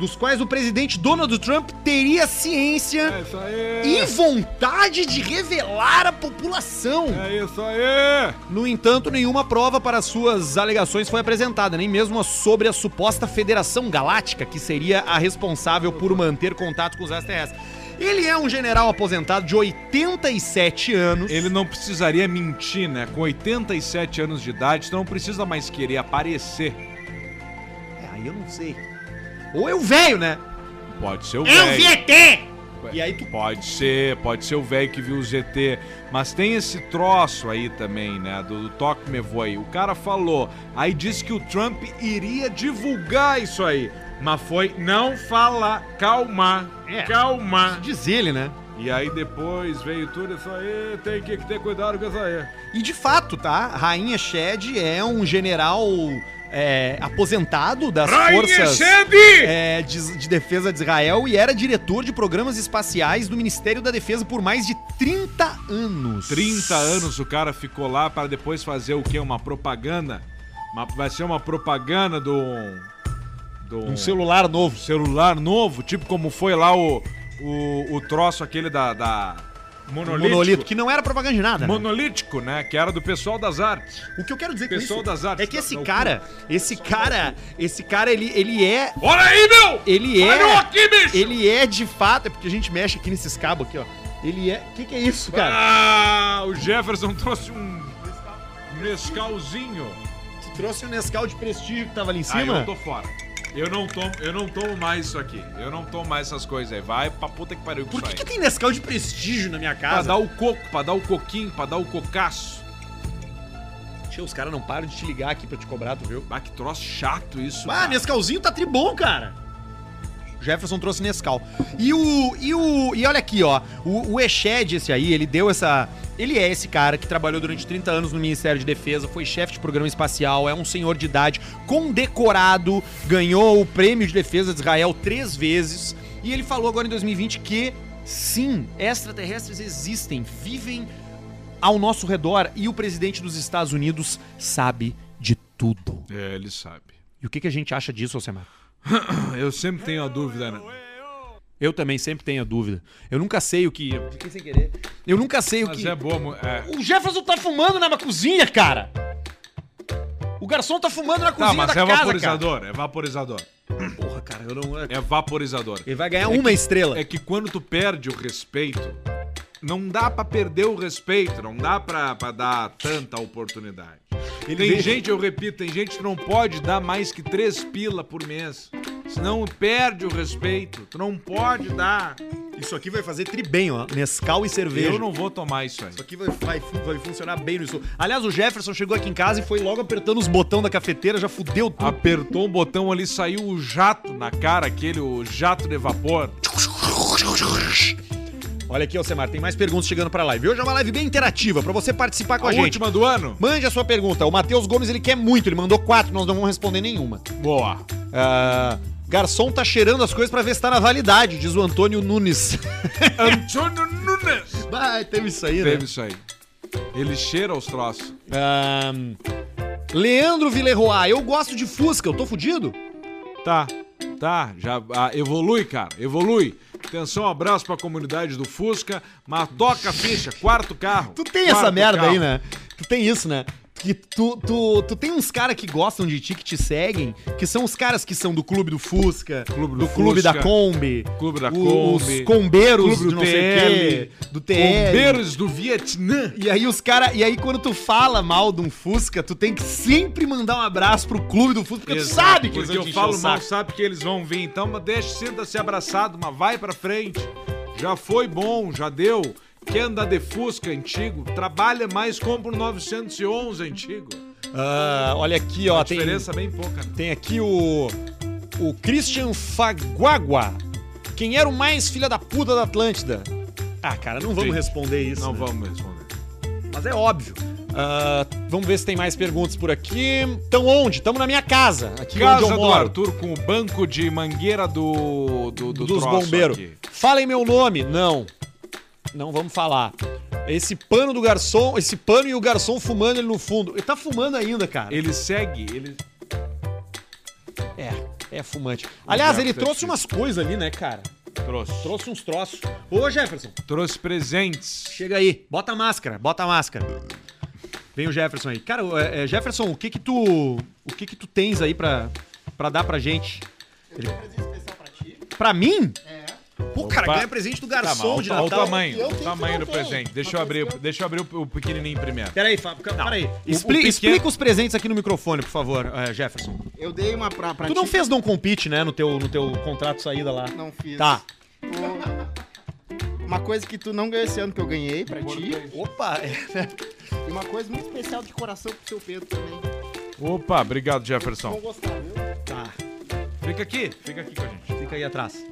[SPEAKER 6] dos quais o presidente Donald Trump teria ciência
[SPEAKER 1] Essa É aí.
[SPEAKER 6] e vontade de revelar à população.
[SPEAKER 1] É isso aí.
[SPEAKER 6] No entanto, nenhuma prova para suas alegações foi apresentada, nem mesmo a sobre a suposta Federação Galáctica, que seria a responsável por manter contato com os extraterrestres. Ele é um general aposentado de 87 anos.
[SPEAKER 1] Ele não precisaria mentir, né? Com 87 anos de idade, então não precisa mais querer aparecer.
[SPEAKER 6] É, aí eu não sei. Ou eu velho, né?
[SPEAKER 1] Pode ser o
[SPEAKER 6] É um
[SPEAKER 1] velho.
[SPEAKER 6] E aí tu.
[SPEAKER 1] Pode ser, pode ser o velho que viu o ZT. Mas tem esse troço aí também, né? Do, do Toque Me Voe. O cara falou, aí disse que o Trump iria divulgar isso aí. Mas foi, não fala, calma,
[SPEAKER 6] É.
[SPEAKER 1] calma.
[SPEAKER 6] Diz ele, né?
[SPEAKER 1] E aí depois veio tudo isso aí, tem que ter cuidado com isso aí.
[SPEAKER 6] E de fato, tá? Rainha Shed é um general é, aposentado das forças. é, de, de defesa de Israel e era diretor de programas espaciais do Ministério da Defesa por mais de 30 anos.
[SPEAKER 1] 30 anos o cara ficou lá para depois fazer o quê? Uma propaganda? Uma- vai ser uma propaganda do... Do...
[SPEAKER 6] Um celular novo.
[SPEAKER 1] celular novo, tipo como foi lá o, o, o troço aquele da, da monolítico,
[SPEAKER 6] Monolito, que não era propaganda de nada. né?
[SPEAKER 1] monolítico, né? Que era do pessoal das artes.
[SPEAKER 6] O que eu quero dizer
[SPEAKER 1] Pessoal das artes,
[SPEAKER 6] é que esse
[SPEAKER 1] da- da
[SPEAKER 6] cara, esse cara, esse cara, ele, ele é,
[SPEAKER 1] Olha aí, meu!
[SPEAKER 6] ele
[SPEAKER 1] Olha
[SPEAKER 6] é,
[SPEAKER 1] aqui, bicho!
[SPEAKER 6] ele é de fato, é porque a gente mexe aqui nesses cabos aqui, ó. Ele é, o que que é isso, cara?
[SPEAKER 1] Ah, o Jefferson trouxe um mescalzinho.
[SPEAKER 6] Tu trouxe o Nescau de prestígio que tava ali em
[SPEAKER 1] Ah, eu
[SPEAKER 6] cima?
[SPEAKER 1] tô fora. Eu não tomo, eu não tomo mais isso aqui. Eu não tomo mais essas coisas aí. Vai pra puta que pariu com
[SPEAKER 6] Por
[SPEAKER 1] isso
[SPEAKER 6] que, que
[SPEAKER 1] aí.
[SPEAKER 6] tem Nescau de prestígio na minha
[SPEAKER 1] Pra
[SPEAKER 6] casa?
[SPEAKER 1] dar o coco, pra dar o coquinho, pra dar o cocaço. um
[SPEAKER 6] Tio, os caras não param de te ligar aqui pra te cobrar, tu viu?
[SPEAKER 1] Bah, que troço chato isso.
[SPEAKER 6] Ah,
[SPEAKER 1] cara.
[SPEAKER 6] Nescauzinho tá tribom, cara. Jefferson trouxe Nescau. E o. E, o, e olha aqui, ó. O, o Exed, esse aí, ele deu essa. Ele é esse cara que trabalhou durante 30 anos no Ministério de Defesa, foi chefe de programa espacial, é um senhor de idade, condecorado, ganhou o prêmio de defesa de Israel três vezes. E ele falou agora em 2020 que sim, extraterrestres existem, vivem ao nosso redor e o presidente dos Estados Unidos sabe de tudo.
[SPEAKER 1] É, ele sabe.
[SPEAKER 6] E o que, que a gente acha disso, Alcemar?
[SPEAKER 1] Eu sempre tenho a dúvida, né?
[SPEAKER 6] Eu também sempre tenho a dúvida. Eu nunca sei o que. Eu nunca sei o
[SPEAKER 1] Mas
[SPEAKER 6] que. Tá
[SPEAKER 1] é boa. mo- É.
[SPEAKER 6] O Jefferson tá fumando na cozinha, cara! O garçom tá fumando na cozinha
[SPEAKER 1] Tá, mas
[SPEAKER 6] da
[SPEAKER 1] é
[SPEAKER 6] casa, cara.
[SPEAKER 1] vaporizador, é vaporizador.
[SPEAKER 6] Porra, cara, eu não...
[SPEAKER 1] É vaporizador.
[SPEAKER 6] Ele vai ganhar uma estrela.
[SPEAKER 1] É que quando tu perde o respeito, não dá pra perder o respeito, não dá pra, pra dar tanta oportunidade. tem
[SPEAKER 6] veio-
[SPEAKER 1] gente, eu repito, tem gente que não pode dar mais que três pila por mês. Senão perde o respeito. Tu não pode dar.
[SPEAKER 6] Isso aqui vai fazer tri bem, ó. Nescau e cerveja.
[SPEAKER 1] Eu não vou tomar isso aí.
[SPEAKER 6] Isso aqui vai, vai fun- vai funcionar bem no sul. Aliás, o Jefferson chegou aqui em casa e foi logo apertando os botões da cafeteira, já fudeu tudo.
[SPEAKER 1] Apertou um botão ali, saiu o jato na cara, aquele o jato de vapor.
[SPEAKER 6] Olha aqui, Alcemar, tem mais perguntas chegando pra live. Hoje é uma live bem interativa, pra você participar com a,
[SPEAKER 1] a
[SPEAKER 6] gente.
[SPEAKER 1] última do ano?
[SPEAKER 6] Mande a sua pergunta. O Matheus Gomes, ele quer muito, ele mandou quatro, nós não vamos responder nenhuma.
[SPEAKER 1] Boa.
[SPEAKER 6] Ah, garçom tá cheirando as coisas pra ver se tá na validade, diz o Antônio Nunes.
[SPEAKER 1] Antônio Nunes.
[SPEAKER 6] Vai, teve isso aí,
[SPEAKER 1] Teve isso aí. né? Ele cheira os troços.
[SPEAKER 6] Ahn, Ah, Leandro Villeroy, eu gosto de Fusca, eu tô fudido?
[SPEAKER 1] Tá, tá, já ah, evolui, cara, evolui. Atenção, abraço pra comunidade do Fusca, mas toca a ficha, quarto carro.
[SPEAKER 6] Tu tem
[SPEAKER 1] quarto
[SPEAKER 6] essa merda
[SPEAKER 1] carro.
[SPEAKER 6] aí, né? Tu tem isso, né? Que tu, tu, tu tem uns caras que gostam de ti, que te seguem, que são os caras que são do clube do Fusca,
[SPEAKER 1] Clube do
[SPEAKER 6] clube
[SPEAKER 1] Fusca,
[SPEAKER 6] da Kombi,
[SPEAKER 1] Clube da
[SPEAKER 6] o-
[SPEAKER 1] Kombi,
[SPEAKER 6] os combeiros
[SPEAKER 1] Clube do
[SPEAKER 6] do não sei
[SPEAKER 1] TL,
[SPEAKER 6] o quê, do TL.
[SPEAKER 1] Bombeiros do Vietnã.
[SPEAKER 6] E aí os cara, e aí quando tu fala mal de um Fusca, tu tem que sempre mandar um abraço pro clube do Fusca, porque tu
[SPEAKER 1] Exato,
[SPEAKER 6] sabe que eles
[SPEAKER 1] porque
[SPEAKER 6] vão
[SPEAKER 1] eu
[SPEAKER 6] te encher
[SPEAKER 1] falo
[SPEAKER 6] o
[SPEAKER 1] mal,
[SPEAKER 6] saco.
[SPEAKER 1] sabe que eles vão vir. Então, mas deixa, sinta-se abraçado, mas vai pra frente. Já foi bom, já deu. Quer andar de Fusca antigo? Trabalha mais, compra um 911 antigo.
[SPEAKER 6] Ah, olha aqui, ó, tem
[SPEAKER 1] Diferença bem pouca. né?
[SPEAKER 6] Tem aqui o. O Christian Faguagua. Quem era o mais filha da puta da Atlântida? Ah, cara, não
[SPEAKER 1] Gente,
[SPEAKER 6] vamos responder isso.
[SPEAKER 1] Não
[SPEAKER 6] né?
[SPEAKER 1] vamos responder.
[SPEAKER 6] Mas é óbvio. Ah, vamos ver se tem mais perguntas por aqui. Tão onde? Tamo na minha casa. Aqui onde
[SPEAKER 1] Casa
[SPEAKER 6] eu
[SPEAKER 1] do
[SPEAKER 6] moro.
[SPEAKER 1] Arthur com o banco de mangueira do, do, do
[SPEAKER 6] dos
[SPEAKER 1] troço
[SPEAKER 6] bombeiros.
[SPEAKER 1] aqui.
[SPEAKER 6] Falem meu nome. Não. Não vamos falar. Esse pano do garçom, esse pano e o garçom fumando ele no fundo. Ele tá fumando ainda, cara.
[SPEAKER 1] Ele segue, ele.
[SPEAKER 6] É, é fumante. Aliás, ele trouxe umas coisas ali, né, cara?
[SPEAKER 1] Trouxe.
[SPEAKER 6] Trouxe uns troços. Ô, Jefferson,
[SPEAKER 1] Trouxe presentes.
[SPEAKER 6] Chega aí, bota a máscara, bota a máscara. Vem o Jefferson aí. Cara, é, é, Jefferson, o que que tu, o que que tu tens aí pra, pra dar pra gente? um Pra mim?
[SPEAKER 10] É.
[SPEAKER 6] Pô, cara,
[SPEAKER 1] Opa.
[SPEAKER 6] ganha presente do
[SPEAKER 1] Tá, mas
[SPEAKER 6] garçom
[SPEAKER 1] olha
[SPEAKER 6] de
[SPEAKER 1] o- olha o
[SPEAKER 6] Natal.
[SPEAKER 1] tamanho,
[SPEAKER 10] Eu
[SPEAKER 1] o
[SPEAKER 10] tenho que
[SPEAKER 1] tamanho
[SPEAKER 10] não
[SPEAKER 6] um
[SPEAKER 1] do
[SPEAKER 10] tem.
[SPEAKER 1] presente. Deixa eu
[SPEAKER 10] Uma
[SPEAKER 1] abrir,
[SPEAKER 10] coisa que eu-
[SPEAKER 1] deixa eu abrir o, o pequenininho primeiro.
[SPEAKER 6] Peraí, Fábio, calma, peraí. Expli-
[SPEAKER 1] o pequeno-
[SPEAKER 6] Explica os presentes aqui no microfone, por favor, é, Jefferson.
[SPEAKER 10] Eu dei uma pra, pra
[SPEAKER 6] Tu não
[SPEAKER 10] ti.
[SPEAKER 6] fez não compete, né, no teu, no teu contrato saída lá.
[SPEAKER 10] Não fiz.
[SPEAKER 6] Tá.
[SPEAKER 10] O- Uma coisa que tu não ganhou esse ano que eu ganhei pra ti.
[SPEAKER 6] Opa, é,
[SPEAKER 10] E uma coisa muito especial de coração pro seu Pedro também.
[SPEAKER 1] Opa, obrigado, Jefferson.
[SPEAKER 10] Vão gostar, viu?
[SPEAKER 6] tá.
[SPEAKER 1] Fica aqui, fica aqui com a gente.
[SPEAKER 6] Fica aí atrás.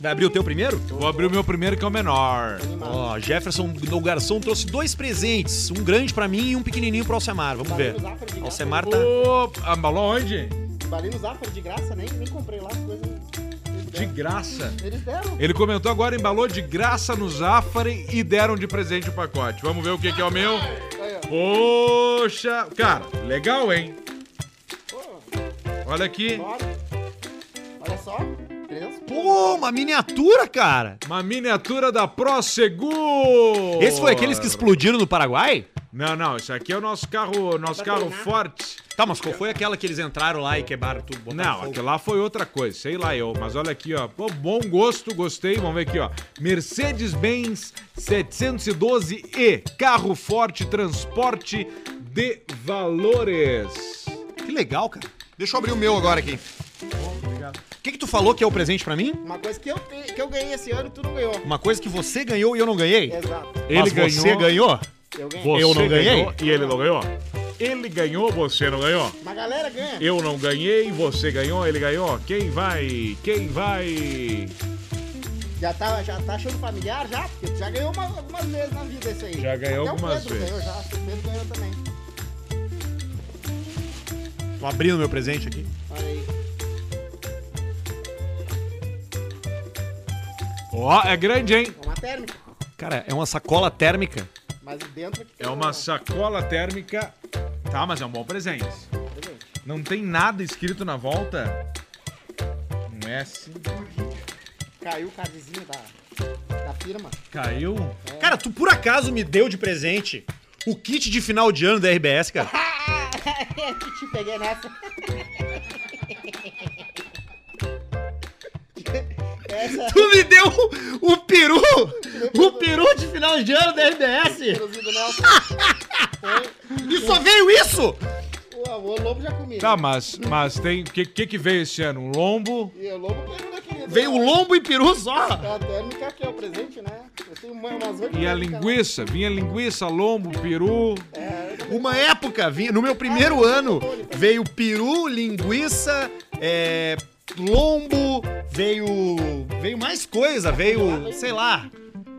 [SPEAKER 6] Vai abrir o teu primeiro?
[SPEAKER 1] Vou abrir o meu primeiro que é o menor.
[SPEAKER 6] Ó, Jefferson no garçom trouxe dois presentes, um grande pra mim e um pequenininho pro Alcemar. Vamos ver. Alcemar tá
[SPEAKER 1] Opa, balão onde?
[SPEAKER 10] Balei no Zafra de graça, nem, nem comprei lá as coisas. Eles
[SPEAKER 1] De
[SPEAKER 10] deram.
[SPEAKER 1] graça.
[SPEAKER 10] Eles deram.
[SPEAKER 1] Ele comentou agora, embalou de graça no Zafari e deram de presente o pacote. Vamos ver o que, que é o meu.
[SPEAKER 10] Aí, ó.
[SPEAKER 1] Poxa! Cara, legal, hein? Olha aqui,
[SPEAKER 10] Bora. Olha só. Três.
[SPEAKER 6] Pô, uma miniatura, cara.
[SPEAKER 1] uma miniatura da ProSegur!
[SPEAKER 6] Esse foi aqueles que explodiram no Paraguai?
[SPEAKER 1] Não, não, esse aqui é o nosso carro, nosso carro forte.
[SPEAKER 6] Tá, mas qual foi aquela que eles entraram lá e quebraram tudo? botaram
[SPEAKER 1] Não,
[SPEAKER 6] fogo?
[SPEAKER 1] aquilo lá foi outra coisa, sei lá eu. Mas olha aqui, ó. Pô, bom gosto, gostei. Vamos ver aqui, ó. Mercedes-Benz 712E, carro forte, transporte de valores.
[SPEAKER 6] Que legal, cara. Deixa eu abrir o meu agora aqui. Obrigado. O que que tu falou que é o presente pra mim?
[SPEAKER 10] Uma coisa que eu, te- que eu ganhei esse ano e tu não ganhou.
[SPEAKER 6] Uma coisa que você ganhou e eu não ganhei?
[SPEAKER 10] Exato.
[SPEAKER 6] Mas você ganhou?
[SPEAKER 10] Eu ganhei.
[SPEAKER 6] Eu não ganhei?
[SPEAKER 1] e ele não ganhou? Ele ganhou, você não ganhou?
[SPEAKER 10] Mas a galera ganha.
[SPEAKER 1] Eu não ganhei, você ganhou, ele ganhou. Quem vai? Quem vai?
[SPEAKER 10] Já tá, já tá achando familiar já? Porque tu já ganhou uma- algumas vezes na vida isso aí.
[SPEAKER 1] Já ganhou
[SPEAKER 10] Até
[SPEAKER 1] algumas
[SPEAKER 10] o Pedro
[SPEAKER 1] vezes.
[SPEAKER 10] ganhou já. O Pedro ganhou também.
[SPEAKER 6] Tô abrindo meu presente aqui.
[SPEAKER 10] Olha aí.
[SPEAKER 1] Ó, é grande, hein?
[SPEAKER 10] É uma térmica.
[SPEAKER 2] Cara, é uma sacola térmica.
[SPEAKER 10] Mas dentro que tem
[SPEAKER 1] É uma sacola térmica. Tá, mas é um bom presente.
[SPEAKER 10] presente.
[SPEAKER 1] Não tem nada escrito na volta? Um S.
[SPEAKER 10] Caiu o cadezinho da, da firma.
[SPEAKER 1] Caiu?
[SPEAKER 6] Cara, tu por acaso me deu de presente o kit de final de ano da RBS, cara?
[SPEAKER 10] É que te peguei nessa. Essa
[SPEAKER 6] Tu me deu o peru! O peru de final de ano da RBS!
[SPEAKER 10] produzida nossa.
[SPEAKER 6] E só veio isso!
[SPEAKER 10] O, o lobo já comi.
[SPEAKER 1] Tá, mas, mas tem. O que, que que veio esse ano? Um lombo?
[SPEAKER 10] E o lobo pegou, né, querido?
[SPEAKER 6] Veio o lombo e peru só!
[SPEAKER 10] É a térmica que é o presente, né? Eu tenho uma- umas oito
[SPEAKER 1] E a
[SPEAKER 10] térmicas lá.
[SPEAKER 1] linguiça? Vinha linguiça, lombo, peru.
[SPEAKER 6] Uma época, vinha- no meu primeiro ano, veio peru, linguiça, é, lombo, veio. veio mais coisa, veio, sei lá.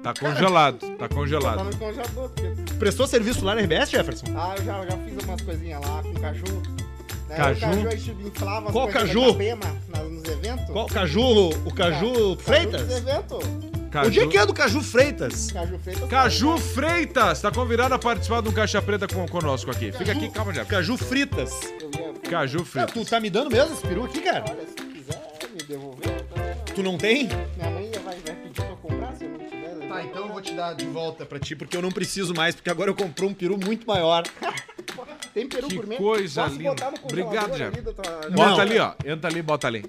[SPEAKER 1] Tá congelado, tá
[SPEAKER 10] Tá
[SPEAKER 1] congelado.
[SPEAKER 10] no congelador, porque-
[SPEAKER 6] Prestou serviço lá na RBS, Jefferson?
[SPEAKER 10] Ah, eu já, já fiz umas coisinhas lá com caju. Né?
[SPEAKER 1] Caju?
[SPEAKER 10] O caju a gente inflava
[SPEAKER 6] Qual
[SPEAKER 10] coisas
[SPEAKER 6] caju?
[SPEAKER 10] da Itapema nas- nos eventos.
[SPEAKER 6] Qual caju? O caju
[SPEAKER 10] Nos
[SPEAKER 6] Freitas?
[SPEAKER 10] eventos.
[SPEAKER 6] O
[SPEAKER 1] Caju,
[SPEAKER 6] dia que é do caju Freitas?
[SPEAKER 10] Caju Freitas.
[SPEAKER 1] Caju Freitas tá convidado a participar do Caixa Preta com, conosco aqui. Fica aqui, calma já.
[SPEAKER 6] Caju Fritas.
[SPEAKER 10] Eu ia-
[SPEAKER 1] Caju
[SPEAKER 6] Ah,
[SPEAKER 1] Freitas.
[SPEAKER 6] tu tá me dando mesmo esse peru aqui, cara?
[SPEAKER 10] Olha, se quiser me devolver, também não.
[SPEAKER 6] Tu não tem?
[SPEAKER 10] minha mãe vai, vai pedir pra eu comprar se eu não tiver. eu
[SPEAKER 6] Tá,
[SPEAKER 10] vou
[SPEAKER 6] então eu vou
[SPEAKER 10] comprar.
[SPEAKER 6] te dar de volta pra ti, porque eu não preciso mais, porque agora eu comprei um peru muito maior.
[SPEAKER 10] Tem peru
[SPEAKER 1] Que
[SPEAKER 10] por mim.
[SPEAKER 1] coisa
[SPEAKER 10] Posso
[SPEAKER 1] linda.
[SPEAKER 10] botar no congelador
[SPEAKER 1] Obrigado, Jean.
[SPEAKER 10] ali da tua-
[SPEAKER 6] Não.
[SPEAKER 1] Bota ali, ó. Entra ali, bota ali.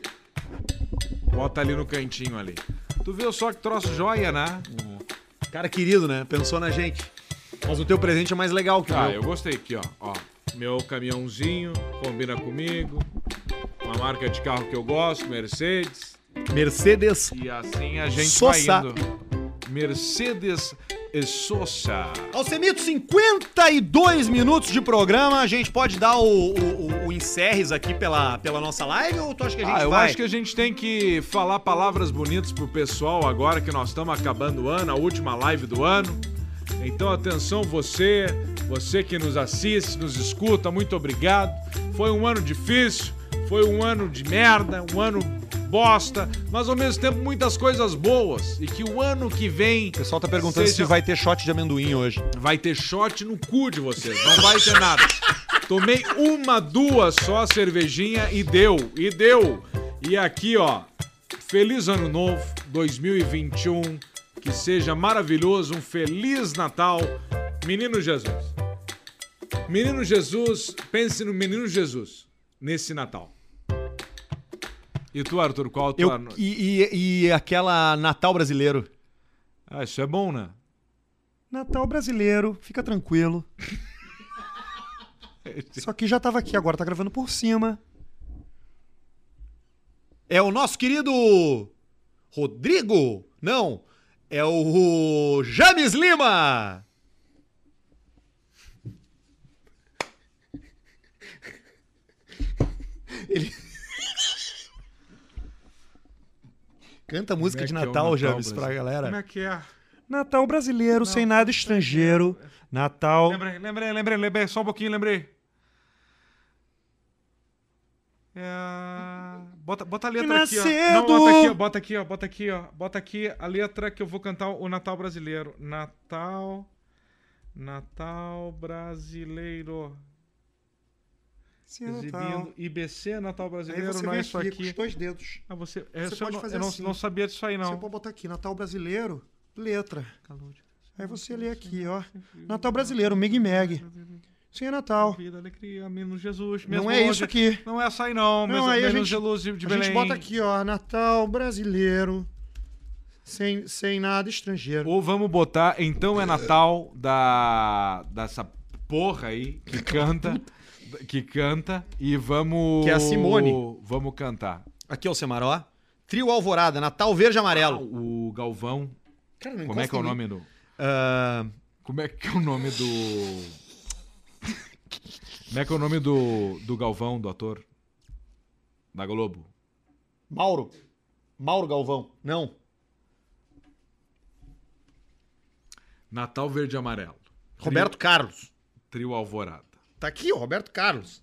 [SPEAKER 1] Bota ali no cantinho ali. Tu viu só que troço joia, né?
[SPEAKER 6] Cara querido, né? Pensou na gente. Mas o teu presente é mais legal que o
[SPEAKER 1] Ah,
[SPEAKER 6] meu.
[SPEAKER 1] eu gostei aqui, ó. ó. Meu caminhãozinho, combina comigo. Uma marca de carro que eu gosto, Mercedes.
[SPEAKER 6] Mercedes.
[SPEAKER 1] E assim a gente
[SPEAKER 6] Sosa.
[SPEAKER 1] vai indo. Mercedes e Sosa.
[SPEAKER 6] Alcemito, 52 minutos de programa. A gente pode dar o, o, o- o encerres aqui pela, pela nossa live ou tu acha que a gente
[SPEAKER 1] Ah, eu
[SPEAKER 6] vai?
[SPEAKER 1] acho que a gente tem que falar palavras bonitas pro pessoal agora que nós estamos acabando o ano, a última live do ano. Então, atenção você, você que nos assiste, nos escuta, muito obrigado. Foi um ano difícil, foi um ano de merda, um ano bosta, mas ao mesmo tempo muitas coisas boas e que o ano que vem
[SPEAKER 2] O pessoal tá perguntando
[SPEAKER 1] Seja-
[SPEAKER 2] se vai ter shot de amendoim hoje.
[SPEAKER 1] vai ter shot no cu de vocês, não vai ter nada. Tomei uma, duas só a cervejinha e deu, e deu. E aqui, ó, feliz ano novo, 2021, que seja maravilhoso, um feliz Natal, menino Jesus. Menino Jesus, pense no menino Jesus nesse Natal. E tu, Arthur, qual a
[SPEAKER 6] Eu-
[SPEAKER 1] tua... no-
[SPEAKER 6] e, e- e aquela Natal brasileiro.
[SPEAKER 1] Ah, isso é bom, né?
[SPEAKER 6] Natal brasileiro, fica tranquilo. Só que já tava aqui, agora tá gravando por cima. É o nosso querido Rodrigo? Não, é o James Lima. Ele Canta música
[SPEAKER 1] Como é que
[SPEAKER 6] de
[SPEAKER 1] é o
[SPEAKER 6] Natal,
[SPEAKER 1] Natal
[SPEAKER 6] James, pra
[SPEAKER 1] brasileiro?
[SPEAKER 6] galera.
[SPEAKER 1] Como é que é?
[SPEAKER 6] Natal brasileiro, sem nada estrangeiro. Natal.
[SPEAKER 1] Lembrei, lembrei, lembrei, lembrei, só um pouquinho, lembrei. É... Bota, bota a letra aqui, ó. Não, bota aqui, ó, bota aqui, ó, bota aqui, ó. Bota aqui a letra que eu vou cantar o Natal brasileiro. Natal. Natal brasileiro.
[SPEAKER 11] tá.
[SPEAKER 1] Exibindo IBC Natal brasileiro, não é isso aqui.
[SPEAKER 11] dois dedos.
[SPEAKER 1] Ah, você, é,
[SPEAKER 11] Você
[SPEAKER 1] isso eu
[SPEAKER 11] pode
[SPEAKER 1] não,
[SPEAKER 11] fazer
[SPEAKER 1] eu não-
[SPEAKER 11] assim.
[SPEAKER 1] não sabia disso aí,
[SPEAKER 11] Você
[SPEAKER 1] não.
[SPEAKER 11] pode botar aqui, Natal brasileiro, letra. Aí você lê aqui, ó. Natal brasileiro, Mig Meg. Sem Natal.
[SPEAKER 1] Vida, alegria, menos Jesus.
[SPEAKER 11] Não
[SPEAKER 1] mesmo
[SPEAKER 11] é isso
[SPEAKER 1] longe.
[SPEAKER 11] aqui.
[SPEAKER 1] Não é essa aí, não.
[SPEAKER 11] Não,
[SPEAKER 1] menos,
[SPEAKER 11] aí a
[SPEAKER 1] menos
[SPEAKER 11] gente-
[SPEAKER 1] Jesus de
[SPEAKER 11] A
[SPEAKER 1] Belém.
[SPEAKER 11] gente bota aqui, ó, Natal brasileiro, sem, sem nada estrangeiro.
[SPEAKER 1] Ou vamos botar Então é Natal da dessa porra aí que canta que canta e vamos
[SPEAKER 6] Que é a Simone.
[SPEAKER 1] Vamos cantar.
[SPEAKER 6] Aqui é o Semaró. Trio Alvorada, Natal Verde e Amarelo.
[SPEAKER 1] O Galvão,
[SPEAKER 6] Cara, não
[SPEAKER 1] como é que é o
[SPEAKER 6] encosta em mim.
[SPEAKER 1] nome do
[SPEAKER 6] Ah,
[SPEAKER 1] Como é que é o nome do Como é que é o nome do, do Galvão, do ator? Da Globo?
[SPEAKER 2] Mauro. Mauro Galvão. Não.
[SPEAKER 1] Natal Verde e Amarelo.
[SPEAKER 6] Roberto Carlos.
[SPEAKER 1] Trio Alvorada.
[SPEAKER 6] Tá aqui, ó, Roberto Carlos.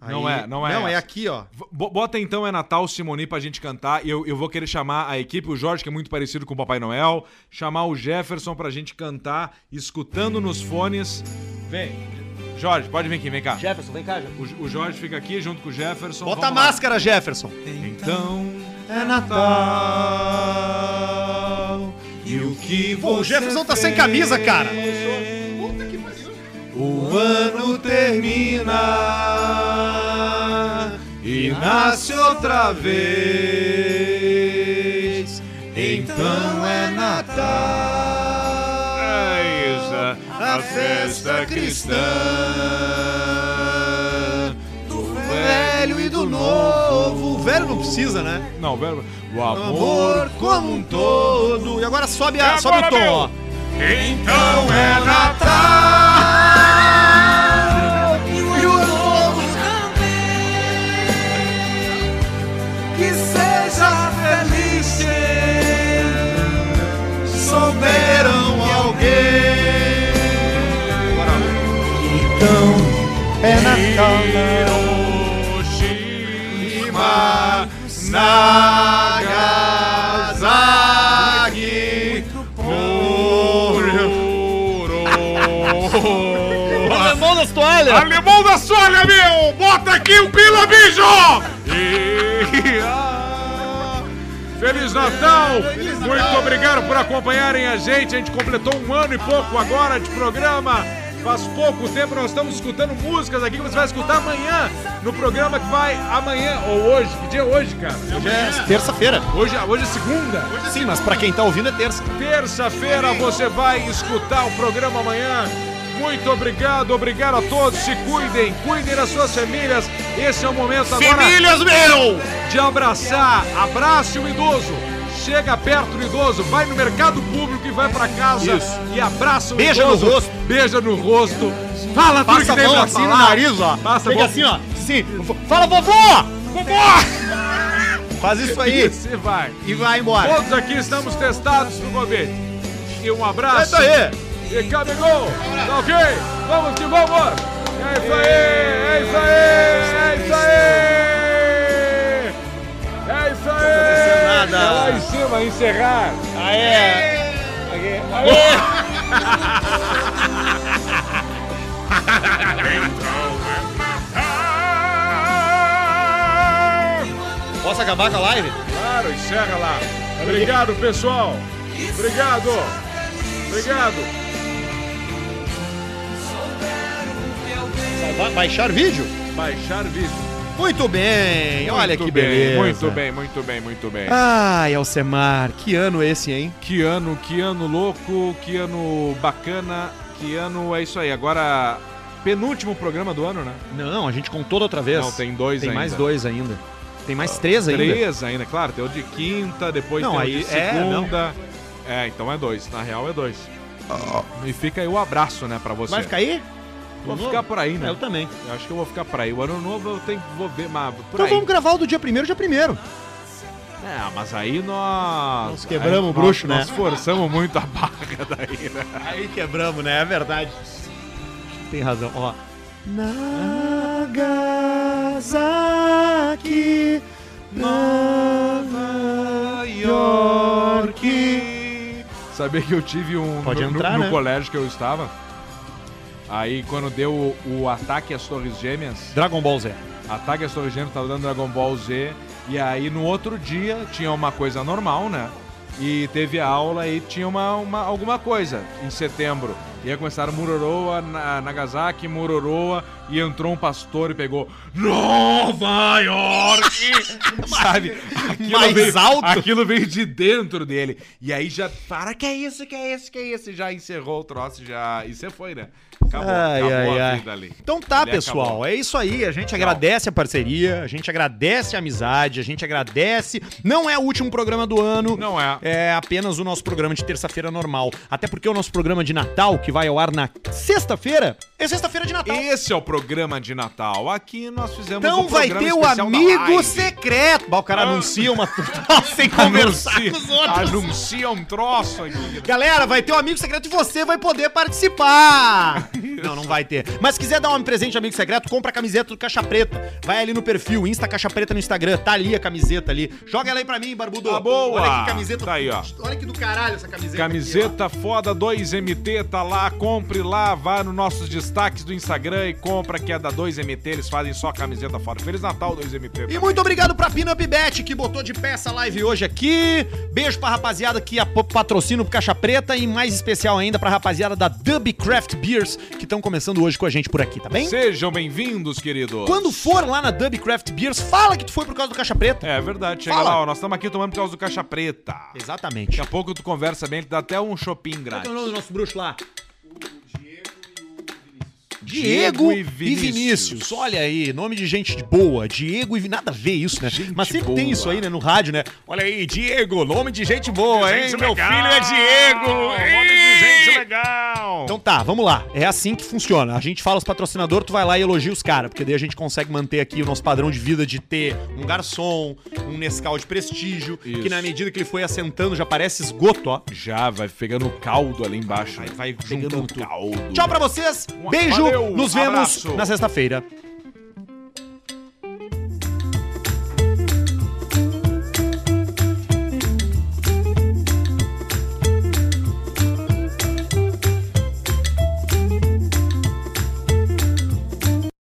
[SPEAKER 1] Não é, não é
[SPEAKER 6] Não, é
[SPEAKER 1] essa.
[SPEAKER 6] aqui, ó.
[SPEAKER 1] V- bo- Bota então é Natal Simoni pra gente cantar. E eu, eu vou querer chamar a equipe, o Jorge, que é muito parecido com o Papai Noel. Chamar o Jefferson pra gente cantar, escutando nos fones. Vem, Jorge, pode vir aqui, vem cá.
[SPEAKER 2] Jefferson, vem cá, Jefferson.
[SPEAKER 1] O, J- o Jorge fica aqui junto com o Jefferson.
[SPEAKER 6] Bota a
[SPEAKER 1] Vamos lá.
[SPEAKER 6] máscara, Jefferson.
[SPEAKER 1] Então
[SPEAKER 11] É Natal.
[SPEAKER 1] e o que
[SPEAKER 6] Pô, o Jefferson tá sem camisa, cara.
[SPEAKER 1] O ano termina e nasce outra vez. Então é Natal, É a festa cristã do velho e do
[SPEAKER 6] Novo. O velho não precisa, né?
[SPEAKER 1] Não, velho, o
[SPEAKER 6] Amor
[SPEAKER 1] amor Ah,
[SPEAKER 6] como um todo. E agora sobe, a,
[SPEAKER 1] E
[SPEAKER 6] sobe o
[SPEAKER 1] agora,
[SPEAKER 6] tom,
[SPEAKER 1] meu?
[SPEAKER 6] ó.
[SPEAKER 1] então é Natal.
[SPEAKER 6] E o novo
[SPEAKER 1] Que seja feliz se souberam alguém.
[SPEAKER 11] É Natal.
[SPEAKER 1] Hiroshima, Nagasaki, Muroa.
[SPEAKER 2] Alemão das toalhas.
[SPEAKER 1] Alemão da Sônia, meu! Bota aqui o Pila Bicho! E- ah, Feliz Natal! Muito obrigado por acompanharem a gente. A gente completou um ano e pouco agora de programa. Faz pouco tempo nós estamos escutando músicas aqui que você vai escutar amanhã no programa que vai amanhã ou hoje. Que dia é hoje, cara? Hoje é,
[SPEAKER 2] Terça-feira.
[SPEAKER 1] hoje, hoje é segunda.
[SPEAKER 2] Sim, mas pra quem tá ouvindo é terça.
[SPEAKER 1] Terça-feira você vai escutar o programa amanhã. Muito obrigado, obrigado a todos. Se cuidem, cuidem das suas famílias. Esse é o momento agora
[SPEAKER 6] meu!
[SPEAKER 1] de abraçar. Abrace o idoso. Chega perto do idoso, vai no mercado público e vai pra casa
[SPEAKER 6] Isso.
[SPEAKER 1] e abraça o
[SPEAKER 6] Beija no
[SPEAKER 1] idoso.
[SPEAKER 6] rosto.
[SPEAKER 1] Beija no rosto. Fala tudo
[SPEAKER 6] Passa
[SPEAKER 1] que
[SPEAKER 6] a
[SPEAKER 1] tem
[SPEAKER 6] mão
[SPEAKER 1] pra
[SPEAKER 6] assim no
[SPEAKER 1] falar.
[SPEAKER 6] nariz, ó.
[SPEAKER 1] Passa a
[SPEAKER 6] Fica
[SPEAKER 1] mão.
[SPEAKER 6] assim, ó. Sim. Fala, vovô!
[SPEAKER 1] Vambora!
[SPEAKER 6] Faz isso
[SPEAKER 1] E
[SPEAKER 6] aí
[SPEAKER 1] você vai.
[SPEAKER 6] e vai embora.
[SPEAKER 1] Todos aqui estamos testados pro Covid. E um abraço.
[SPEAKER 6] É aí.
[SPEAKER 1] E Gabigol, tá ok? Vamos que vamos! É isso aí, é isso aí, é isso aí! É isso aí!
[SPEAKER 6] nada.
[SPEAKER 1] É lá em cima, encerrar!
[SPEAKER 6] Posso acabar com a live?
[SPEAKER 1] Claro, encerra lá! Obrigado, pessoal! Obrigado! Obrigado!
[SPEAKER 6] Vai baixar vídeo?
[SPEAKER 1] Baixar vídeo.
[SPEAKER 6] Muito bem. Olha
[SPEAKER 1] Muito
[SPEAKER 6] que
[SPEAKER 1] bem,
[SPEAKER 6] beleza. Ah.
[SPEAKER 1] Muito bem, muito bem, muito bem.
[SPEAKER 6] Ai, Alcemar, que ano esse, hein?
[SPEAKER 1] Que ano, que ano louco, que ano bacana, que ano é isso aí. Agora, penúltimo programa do ano, né?
[SPEAKER 6] Não, a gente contou da outra vez.
[SPEAKER 1] Não, tem dois
[SPEAKER 6] Tem
[SPEAKER 1] ainda.
[SPEAKER 6] mais dois ainda. Tem mais três ainda.
[SPEAKER 1] Três ainda, claro. Tem o de quinta, depois
[SPEAKER 6] né? Não,
[SPEAKER 1] tem o
[SPEAKER 6] aí-
[SPEAKER 1] de
[SPEAKER 6] é, não.
[SPEAKER 1] segunda. É, então é dois. Na real é dois.
[SPEAKER 6] Oh.
[SPEAKER 1] E fica aí o abraço, né, pra você.
[SPEAKER 6] Vai ficar aí?
[SPEAKER 1] Vou
[SPEAKER 6] novo?
[SPEAKER 1] ficar por aí, né?
[SPEAKER 6] Eu Então também.
[SPEAKER 1] Eu acho que eu vou ficar por aí. O ano novo eu tenho vou ver, mas por
[SPEAKER 6] Então
[SPEAKER 1] aí.
[SPEAKER 6] vamos gravar o do dia primeiro, dia primeiro.
[SPEAKER 1] É, mas aí nós...
[SPEAKER 6] Nós quebramos
[SPEAKER 1] aí
[SPEAKER 6] o bruxo,
[SPEAKER 1] nós,
[SPEAKER 6] né?
[SPEAKER 1] Nós forçamos muito a barra daí, né?
[SPEAKER 6] Aí quebramos, né? É verdade. Tem razão, ó. Nagasaki, Nova York.
[SPEAKER 1] Saber que eu tive um
[SPEAKER 6] Pode
[SPEAKER 1] no, no-
[SPEAKER 6] entrar,
[SPEAKER 1] no
[SPEAKER 6] né?
[SPEAKER 1] colégio que eu estava. Aí quando deu o, o ataque às Torres Gêmeas,
[SPEAKER 6] Dragon Ball Z.
[SPEAKER 1] ataque às Torres Gêmeas, tava dando Dragon Ball Z, e aí no outro dia tinha uma coisa normal, né? E teve a aula e tinha uma, uma- alguma coisa em setembro. E aí começaram Muroroa, Na- Nagasaki, Muroroa, e entrou um pastor e pegou Nova York! Sabe? Aquilo
[SPEAKER 6] mais
[SPEAKER 1] veio-
[SPEAKER 6] alto?
[SPEAKER 1] Aquilo veio de dentro dele. E aí já, para, que é isso, que é isso, que é isso? E já encerrou o troço, e já. E você foi, né? Acabou,
[SPEAKER 6] Ai,
[SPEAKER 1] acabou
[SPEAKER 6] ai,
[SPEAKER 1] a
[SPEAKER 6] ai.
[SPEAKER 1] vida ali.
[SPEAKER 6] Então tá,
[SPEAKER 1] Ele
[SPEAKER 6] pessoal.
[SPEAKER 1] acabou.
[SPEAKER 6] É isso aí. A gente agradece a parceria, a gente agradece a amizade, a gente agradece. Não é o último programa do ano.
[SPEAKER 1] Não é.
[SPEAKER 6] É apenas o nosso programa de terça-feira normal. Até porque o nosso programa de Natal, que vai ao ar na sexta-feira. É sexta-feira de Natal.
[SPEAKER 1] Esse é o programa de Natal. Aqui nós fizemos
[SPEAKER 6] Então
[SPEAKER 1] um
[SPEAKER 6] vai
[SPEAKER 1] programa
[SPEAKER 6] ter o
[SPEAKER 1] especial da
[SPEAKER 6] amigo
[SPEAKER 1] live.
[SPEAKER 6] secreto. Bah, o cara anuncia uma sem conversar
[SPEAKER 1] anuncia,
[SPEAKER 6] com os outros.
[SPEAKER 1] Anuncia um troço aqui.
[SPEAKER 6] Galera, vai ter um amigo secreto e você vai poder participar. não, não vai ter. Mas se quiser dar um presente de amigo secreto, compra a camiseta do Caixa Preta. Vai ali no perfil, Insta Caixa Preta no Instagram. Tá ali a camiseta ali. Joga ela aí pra mim, Barbudo.
[SPEAKER 1] Tá boa.
[SPEAKER 6] Olha que camiseta.
[SPEAKER 1] Tá aí, ó.
[SPEAKER 6] Olha que do caralho essa camiseta. aqui,
[SPEAKER 1] Camiseta foda 2MT, tá lá, compre lá, vá nos nossos destaques do Instagram e compra que é da 2MT, eles fazem só camiseta foda. Feliz Natal, 2MT.
[SPEAKER 6] ó. E muito obrigado pra Pinup Bet, que botou de pé essa live hoje aqui. Beijo pra rapaziada que a- patrocina o Caixa Preta e mais especial ainda pra rapaziada da Dub Craft Beers, que estão começando hoje com a gente por aqui, tá bem?
[SPEAKER 1] Sejam bem-vindos, queridos.
[SPEAKER 6] Quando for lá na Dub Craft Beers, fala que tu foi por causa do Caixa Preta.
[SPEAKER 1] É verdade, chega
[SPEAKER 6] Fala.
[SPEAKER 1] lá, ó, nós estamos aqui tomando por causa do Caixa Preta.
[SPEAKER 6] Exatamente.
[SPEAKER 1] Daqui a pouco tu conversa bem, ele dá até um shopping grátis.
[SPEAKER 6] nome do nosso bruxo lá?
[SPEAKER 1] Diego
[SPEAKER 6] Diego
[SPEAKER 1] e
[SPEAKER 6] e
[SPEAKER 1] Vinícius.
[SPEAKER 6] Vinícius. Olha aí, nome de gente boa. Diego e Vinícius. Nada a ver isso, né? Mas sempre tem
[SPEAKER 1] boa.
[SPEAKER 6] isso aí, né? No rádio, né? Olha aí, Diego, nome de gente boa, hein?
[SPEAKER 12] Gente
[SPEAKER 6] Meu
[SPEAKER 12] legal.
[SPEAKER 6] filho é Diego.
[SPEAKER 12] Nome de gente legal.
[SPEAKER 6] Então tá, vamos lá. É assim que funciona. A gente fala os patrocinadores, tu vai lá e elogia os caras, porque daí a gente consegue manter aqui o nosso padrão de vida de ter um garçom, um Nescau de prestígio,
[SPEAKER 1] Isso.
[SPEAKER 6] que na medida que ele foi assentando já parece esgoto, ó.
[SPEAKER 1] Já vai pegando caldo ali embaixo.
[SPEAKER 6] Vai- vai
[SPEAKER 1] juntando
[SPEAKER 6] pegando tudo.
[SPEAKER 1] caldo.
[SPEAKER 6] Tchau pra vocês.
[SPEAKER 1] Um-
[SPEAKER 6] Beijo.
[SPEAKER 1] Valeu,
[SPEAKER 6] Nos vemos
[SPEAKER 1] abraço.
[SPEAKER 6] na sexta-feira.